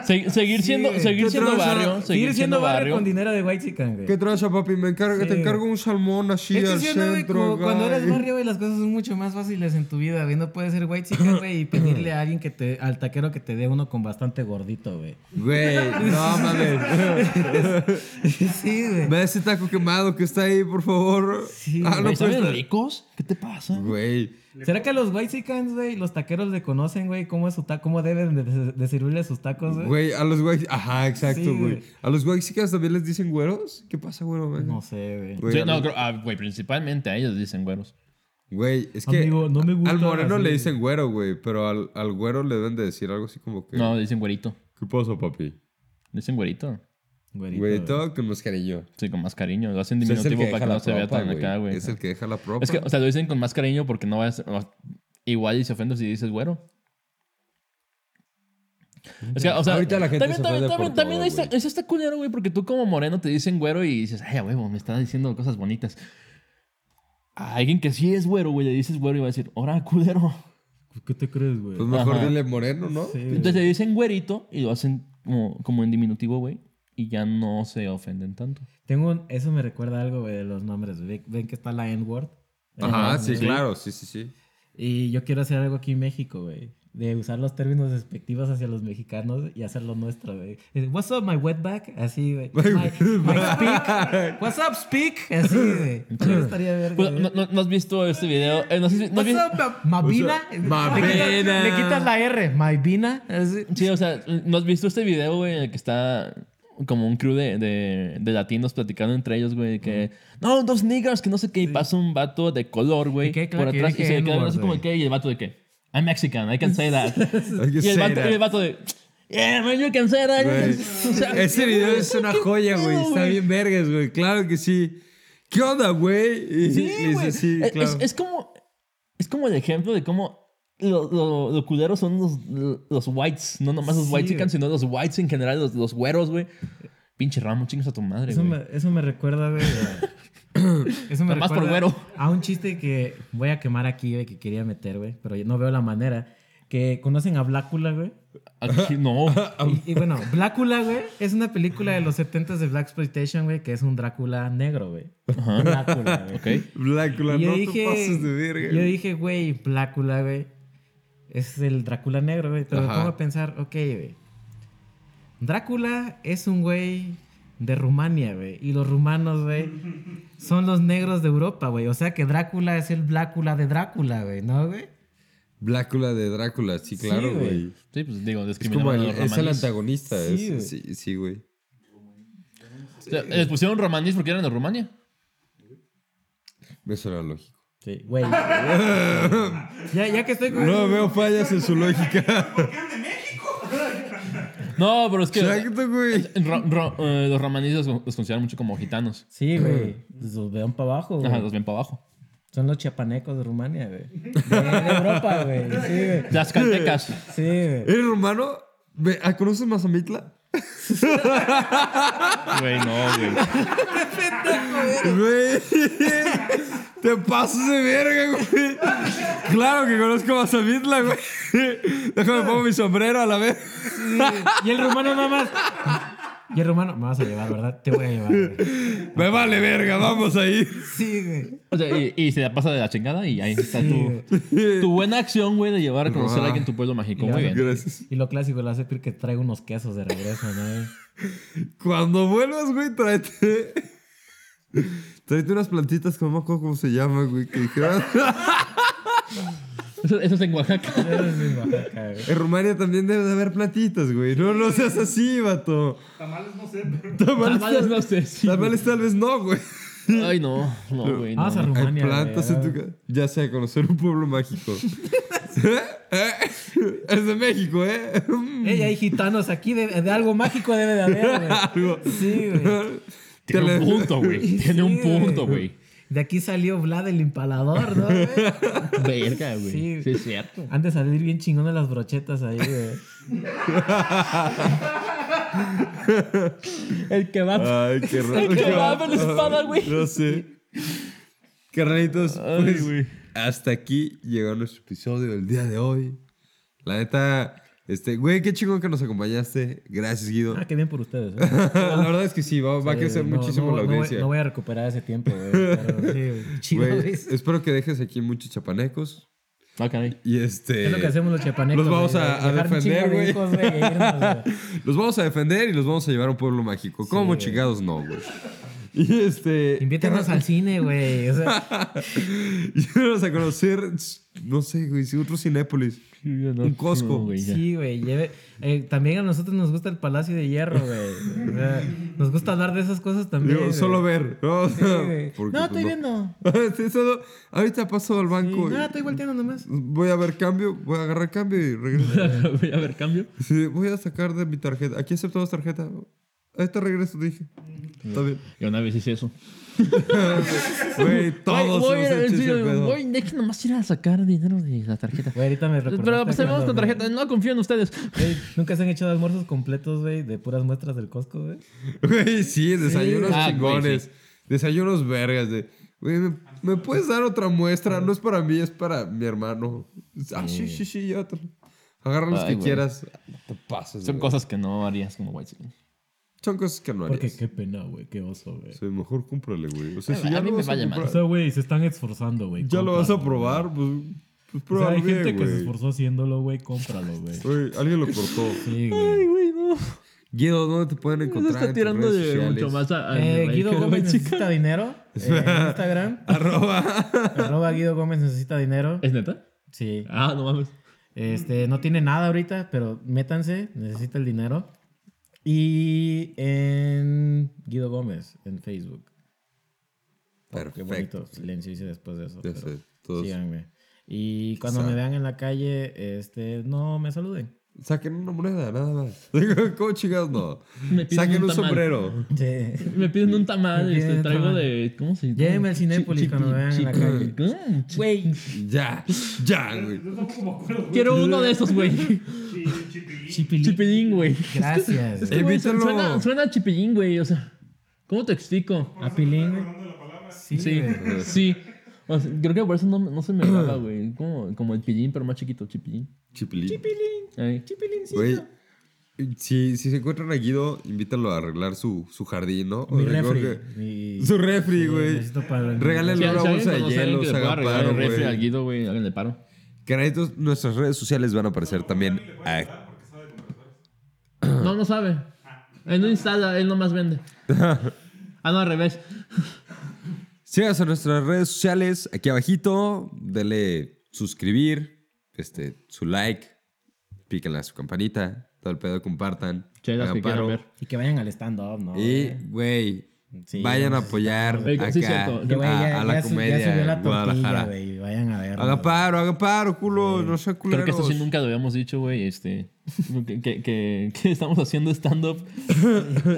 Se- seguir siendo,
güey.
seguir
Qué
siendo
tranza.
barrio,
Seguir siendo barrio con dinero de white chican, güey.
¿Qué traza, papi? Me encargo,
Sí.
Te encargo un salmón así
Es que
al
sí o no, güey,
centro.
como cuando
güey.
eres barrio, güey, las cosas son mucho más fáciles en tu vida, güey. No puedes ser white chican, güey, y pedirle a alguien que te, al taquero que te dé uno con bastante gordito, güey.
Güey,
<laughs>
no mames.
Sí, güey.
Ve ese taco quemado que está ahí, por favor.
Sí,
Ah, no,
Güey, ¿saben
pero-
ricos? ¿Qué te pasa?
Güey.
¿Será que los white chickens, güey, los taqueros le conocen, güey, cómo es su ta- cómo deben de, de servirle sus tacos, güey?
Güey, a los guay... Ajá, exacto,
Sí,
güey.
güey.
A los guayxicas también les dicen güeros. ¿Qué pasa, güero, güey?
No sé, güey.
Güey,
Sí,
a
no,
los-
creo- ah, güey, principalmente a ellos dicen güeros.
Güey, es que
Amigo, no me gusta
al moreno
así.
le dicen güero, güey, pero al, al güero le deben de decir algo así como que...
No, dicen güerito.
¿Qué pasa, papi?
Dicen güerito.
Güerito,
Güey, todo con más cariño.
Sí, con más cariño. Lo hacen
O sea, es el
diminutivo
que
para
deja
que no
la
se vea
propa,
tan
güey.
acá, güey.
Es el que deja la propa.
Es que, o sea, lo dicen con más cariño porque no vayas. o- Igual y se ofendes si dices güero. Es que, o sea,
Ahorita la gente
también,
se
también,
ofende
también,
por
también
todo,
ahí está,
güey.
eso está culero, güey, porque tú como moreno te dicen güero y dices, ay, a huevo, me está diciendo cosas bonitas. A alguien que sí es güero, güey, le dices güero y va a decir, ahora culero.
¿Qué te crees, güey?
Pues mejor
Ajá.
dile moreno, ¿no?
Sí, güey.
Entonces le dicen güerito y lo hacen como, como en diminutivo, güey, y ya no se ofenden tanto.
Tengo un- eso me recuerda algo, güey, de los nombres. ¿Ve- ¿Ven que está la N-word?
Ajá, sí, claro. Sí, sí, sí.
Y yo quiero hacer algo aquí en México, güey. De usar los términos despectivos hacia los mexicanos y hacerlo nuestro, güey. Es, What's up, my wetback? Así,
<laughs>
güey. My, my speak. What's up, speak?
<laughs>
Así, güey. Eso estaría verga,
Pues,
güey.
¿no, no, no has visto este video? Eh, no sé si- no
What's
has visto-
up, ma- Mavina?
Mavina.
Le quitas, le quitas la R. Mavina. Así.
Sí, o sea, ¿no has visto este video, güey, en el que está como un crew de, de, de latinos platicando entre ellos, güey, que no, dos niggas, que no sé qué, y pasa un vato de color, güey,
Y que, claro,
por
que
atrás
dije
y se le queda
N-word,
así como
güey.
que, y el vato de que, I'm Mexican, I can say that.
Hay que
y, el
ser,
vato, y el vato de, yeah, man, you can say that.
Güey,
O sea,
Ese video es una
¿qué
joya,
pedo,
güey. Está bien vergas, güey. Claro que sí. ¿Qué onda, güey? Y
Sí,
le dice,
güey.
sí,
Es-
claro.
es, es como, es como el ejemplo de cómo lo, lo, lo culeros son los, los whites, no nomás los
Sí,
white chickens,
güey.
sino los whites en general, los, los güeros, güey. Pinche Ramo, chingas a tu madre,
Eso
güey.
me, eso me recuerda, güey. <coughs> a- Eso me
Nomás por
recuerda
güero.
A un chiste que voy a quemar aquí, güey, que quería meter, güey. Pero yo no veo la manera. Que conocen a Blácula, güey.
Aquí, Ah, no.
Y, y bueno, Blácula, güey, es una película de los 70s de Black Exploitation, güey, que es un Drácula negro, güey. Blácula, güey.
ok.
Blácula,
Y
no
yo
te
dije,
pases de verga.
yo dije, güey, Blácula, güey. Es el Drácula negro, güey. Pero me
Ajá.
pongo a pensar, ok, güey. Drácula es un güey de Rumania, güey. Y los rumanos, güey, son los negros de Europa, güey. O sea que Drácula es el Blácula de Drácula, güey, ¿no, güey?
Blácula de Drácula, sí, claro,
güey.
güey.
Sí, pues digo,
Es como
discriminaban
el,
a los
es el
romaníes.
antagonista.
Sí,
es- Sí, sí, güey.
O sea, Les pusieron romaníes porque eran de Rumania.
Eso era lógico.
Sí, güey. <laughs> ya, ya que estoy con...
No veo fallas en su lógica.
No, pero es
<laughs>
que
Exacto, güey.
ro- ro- eh, los romaníes los, los consideran mucho como gitanos.
Sí, güey. pues, Los vean para abajo, güey.
Ajá, los ven para abajo.
Son los chiapanecos de Rumania, güey. De, de Europa, güey. Sí, güey.
Las caltecas.
Sí, güey.
<laughs> ¿Eres romano? Ve- ah, ¿Conoces Mazamitla?
Güey, no, güey.
Güey, te pasas de verga, güey. Claro que conozco a Mazamitla, güey. Déjame pongo mi sombrero a la vez.
Y el rumano nada más. Y el rumano, me vas a llevar, ¿verdad? Te voy a llevar. güey.
Me vale verga, vamos ahí.
Sí, güey.
O sea, y, y se la pasa de la chingada y ahí está tu, tu buena acción, güey, de llevar a conocer a alguien tu pueblo mágico. Muy bien.
Gracias.
Y lo clásico, le hace pedir que traiga unos quesos de regreso, ¿no?
Cuando vuelvas, güey, tráete. <laughs> Tráete unas plantitas, como cómo se llama, güey. Que "Ah, dijeron.
Eso, eso es en Oaxaca.
Eres mi Oaxaca, güey.
<laughs> En Rumania también debe de haber plantitas, güey. No, no seas así, vato.
Tamales no sé, pero. <laughs>
Tamales,
Tamales, no sé. Ah, sí.
tamales tal vez no, güey.
Ay, no, no, güey. No.
Vamos a
Hay
Rumania.
plantas
güey,
en tu casa. Ya sea conocer un pueblo
<laughs>
mágico. <laughs> ¿Eh? ¿Eh? Es de México, ¿eh? <laughs>
Ey, hay gitanos aquí, de, de algo mágico debe de haber, güey.
Algo.
Sí, güey.
Tiene
Tele-
un punto, güey. Tiene un
Sí, güey.
punto, güey.
De aquí salió Vlad el impalador, ¿no? güey?
Verga, güey. Sí.
Sí.
es cierto.
Antes de salir bien chingón de las brochetas ahí, güey. <laughs> El que va
Ay,
<laughs>
qué raro.
que va con la espada, güey.
No sé. Carnalitos,
Ay,
pues,
güey.
hasta aquí llegó nuestro episodio del día de hoy. La neta, este, güey, qué chingón que nos acompañaste. Gracias,
<laughs>
Guido.
Ah, qué bien por ustedes. ¿eh?
la verdad es que sí, va, va a crecer
No,
muchísimo
no,
la
no voy-
audiencia.
No, voy a recuperar ese tiempo,
<laughs>
güey. pero sí, güey, chido,
Güey,
güey.
espero que dejes aquí muchos chapanecos.
Ah, caray.
Y este.
Es lo que hacemos los chapanecos.
los vamos
güey,
a- a
dejar un chingo
defender,
de
güey.
hijos, güey, e irnos,
<laughs>
güey.
Los vamos a defender y los vamos a llevar a un pueblo mágico. ¿Cómo
güey.
chingados no, güey? Y este. <laughs>
Invítanos al cine, güey. O sea,
Llévanos a conocer, no sé, güey, si otro Cinépolis. Un Costco.
No, güey, ya.
sí, güey. lleve- eh, también a nosotros nos gusta el Palacio de Hierro, güey. O sea, nos gusta hablar de esas cosas también.
Digo,
güey.
solo ver. No, O sea,
güey.
<laughs> porque,
No,
pues,
estoy viendo.
<laughs> Sí, solo- ahorita paso al
Sí,
banco.
no,
y
estoy volteando nomás.
Voy a ver cambio, voy a agarrar cambio y regreso.
<laughs> Voy a ver cambio.
Sí, voy a sacar de mi tarjeta. Aquí aceptamos tarjeta. Ahorita regreso, dije.
Mm.
Está bien. <laughs>
Yo una vez hice eso.
Güey, todos hemos
voy, voy,
hecho ese
sí,
pedo.
voy, de hecho, nomás ir a sacar dinero de la tarjeta.
Güey, ahorita me recordaste
Pero pues tenemos
cuando-
con tarjeta. No confío en ustedes.
Güey, Nunca se han hecho almuerzos completos, güey, de puras muestras del Costco, güey.
<laughs> Güey, sí, desayunos
Ah, güey,
chingones.
sí. Ah.
Desayunos vergas de. Güey, ¿me, me puedes dar otra muestra? No es para mí, es para mi hermano. Ah, sí, sí, sí, ya. te- Agarra los
Mm. Ay,
que
güey.
quieras. Te pasas.
Son
güey.
cosas que no harías como White Chicken.
Son cosas que no harías.
Porque qué pena, güey, qué oso, güey.
O sea, mejor cómprale, güey. O sea,
Ay,
si
güey,
ya
a mí
lo
me
vas a
vale madre.
O
comprar,
sea, güey, se están esforzando, güey.
ya lo vas a
cómpralo,
probar, pues, pues
güey. O sea,
pruébalo
hay gente
bien,
que se
güey.
esforzó haciéndolo, güey, cómpralo, güey.
Güey, alguien lo cortó.
Sí, güey.
Güey, no.
Guido, ¿dónde te pueden
Nos
encontrar?
está
en tus
tirando
redes
de mucho
sociales?
más a, a
Eh,
mi rey
Guido
que
Gómez
White Chicken.
<laughs>
necesita dinero. eh, en Instagram.
<laughs>
Arroba.
arroba Guido Gómez necesita dinero.
¿Es neta?
Sí.
Ah, no mames.
Este, no tiene nada ahorita, pero métanse, necesita el dinero. Y en Guido Gómez, en Facebook. Qué
Perfecto.
bonito silencio hice después de eso.
Ya
pero
sé, todos-
síganme. Y cuando
Sa-
me vean en la calle, este, no me saluden.
Saquen una moneda, nada más. <laughs> Digo, ¿Cómo chingados no?
Me piden
Saquen
un
un,
tamal.
sombrero.
Sí.
Me piden un tamal
Me
y
piden
te
un
traigo
tamal.
de. ¿Cómo se
<laughs>
dice?
Llévenme al Cinépolis
Chiqui-
cuando me vean en la
chiqui-
Güey.
Ya, ya, güey.
Yo tampoco me acuerdo.
Quiero uno de esos, güey.
Chi- chipilín.
Chipillín, güey.
Gracias.
<laughs> <laughs> Es que, güey,
Evítalo.
suena, suena a chipillín, güey. O sea, ¿cómo te explico?
A Pilín, güey.
Hablando de la palabra.
Sí.
Sí,
güey.
sí. O sea, creo que por eso no, no se me graba, güey. Como, como el pillín, pero más chiquito, chipillín.
Chipilín.
Ay.
Güey, si, si se encuentran a Guido, invítalo a arreglar su, su jardín, ¿no? O
Mi
sea, creo
refri.
que-
mi-
Su refri,
Sí,
güey.
necesito para-
Regálenle
Si- si
una bolsa de
alguien conoce a alguien
hielos,
que le pueda
hagan
regalar
paro,
el refri al
güey.
Guido, güey, háganle paro.
Carnalitos, nuestras redes sociales van a aparecer también. aquí.
No, no sabe. Él no instala, él
<laughs>
nomás vende. Ah, no, al revés.
Síganos en nuestras redes sociales, aquí abajito, dele suscribir, este, su like, píquenle a su campanita, todo el pedo, compartan,
Chelas
hagan
que quieran
paro.
ver.
Y que vayan al stand-up, ¿no?
Y, güey,
Sí,
vayan a
necesitamos-
apoyar
Oiga,
acá
sí, cierto.
Que, güey,
a,
ya-
a la
ya su- ya
comedia
subió la
en
tortilla,
Guadalajara.
güey, Vayan a ver.
Hagan paro, hagan paro, culo, no sean
Creo
culeros.
que eso sí nunca lo habíamos dicho, güey. Este, que, que, que, que estamos haciendo stand-up.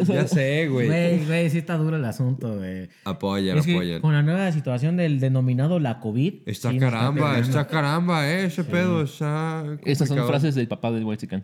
Ya sé, güey.
<laughs> Güey, güey, sí está duro el asunto, güey.
Apoyan,
Es que
apoyan.
con la nueva situación del denominado la COVID.
Está
sí nos
caramba,
pegando.
está caramba, eh, ese pedo está
Estas son
complicado.
frases del papá del White Chicken.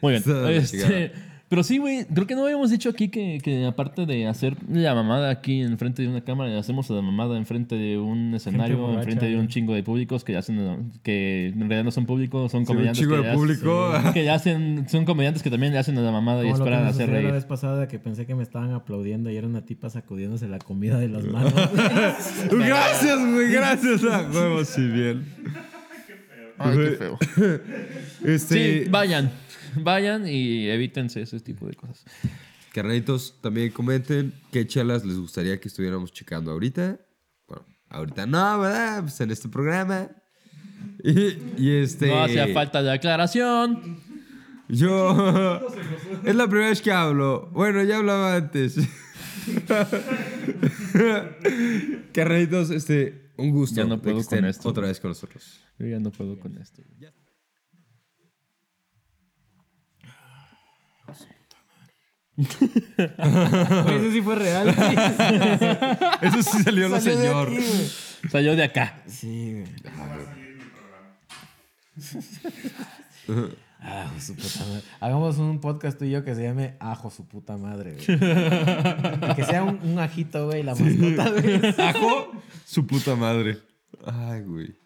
Muy bien.
<laughs> Está de la
Este, <laughs>
chingada.
Pero sí, güey, creo que no habíamos dicho aquí que, que aparte de hacer la mamada aquí enfrente de una cámara, hacemos la mamada enfrente de un escenario,
borracha,
enfrente de un chingo de públicos que hacen, que en realidad no son públicos, son
Sí, un
comediantes.
chico
que
de
ya-
público.
<laughs> que ya hacen, son comediantes que también le hacen a la mamada y
Como lo que
esperan
me
hacer
sucedió la
reír.
vez pasada que pensé que me estaban aplaudiendo y era una tipa sacudiéndose la
<laughs>
comida de las manos. <laughs>
Gracias, güey,
<laughs>
gracias. Ah, huevo, sí, bien.
Ay, qué feo.
<laughs>
Sí,
Este,
vayan. Vayan y evítense ese tipo de cosas.
Carnalitos, también comenten qué chelas les gustaría que estuviéramos checando ahorita. Bueno, ahorita no, ¿verdad? Pues en este programa. <laughs> Y, y este.
No hacía falta de aclaración.
Yo. Es la primera vez que hablo. Bueno, ya hablaba
<laughs>
antes. Carnalitos, este. Un gusto
Ya no
de
puedo
que
con
estén
esto.
otra vez con nosotros.
Yo ya no puedo con esto.
Güey, eso sí fue
<laughs>
real. güey.
Eso sí salió lo
Salió de
señor.
aquí, güey.
Salió de acá.
Sí, güey. Ah, hijo de su puta madre. Hagamos un podcast tú y yo que se llame Ajo su puta madre, güey.
<laughs>
que sea un, un ajito, güey, la mascota, güey.
Ajo, su puta madre. Ay, güey.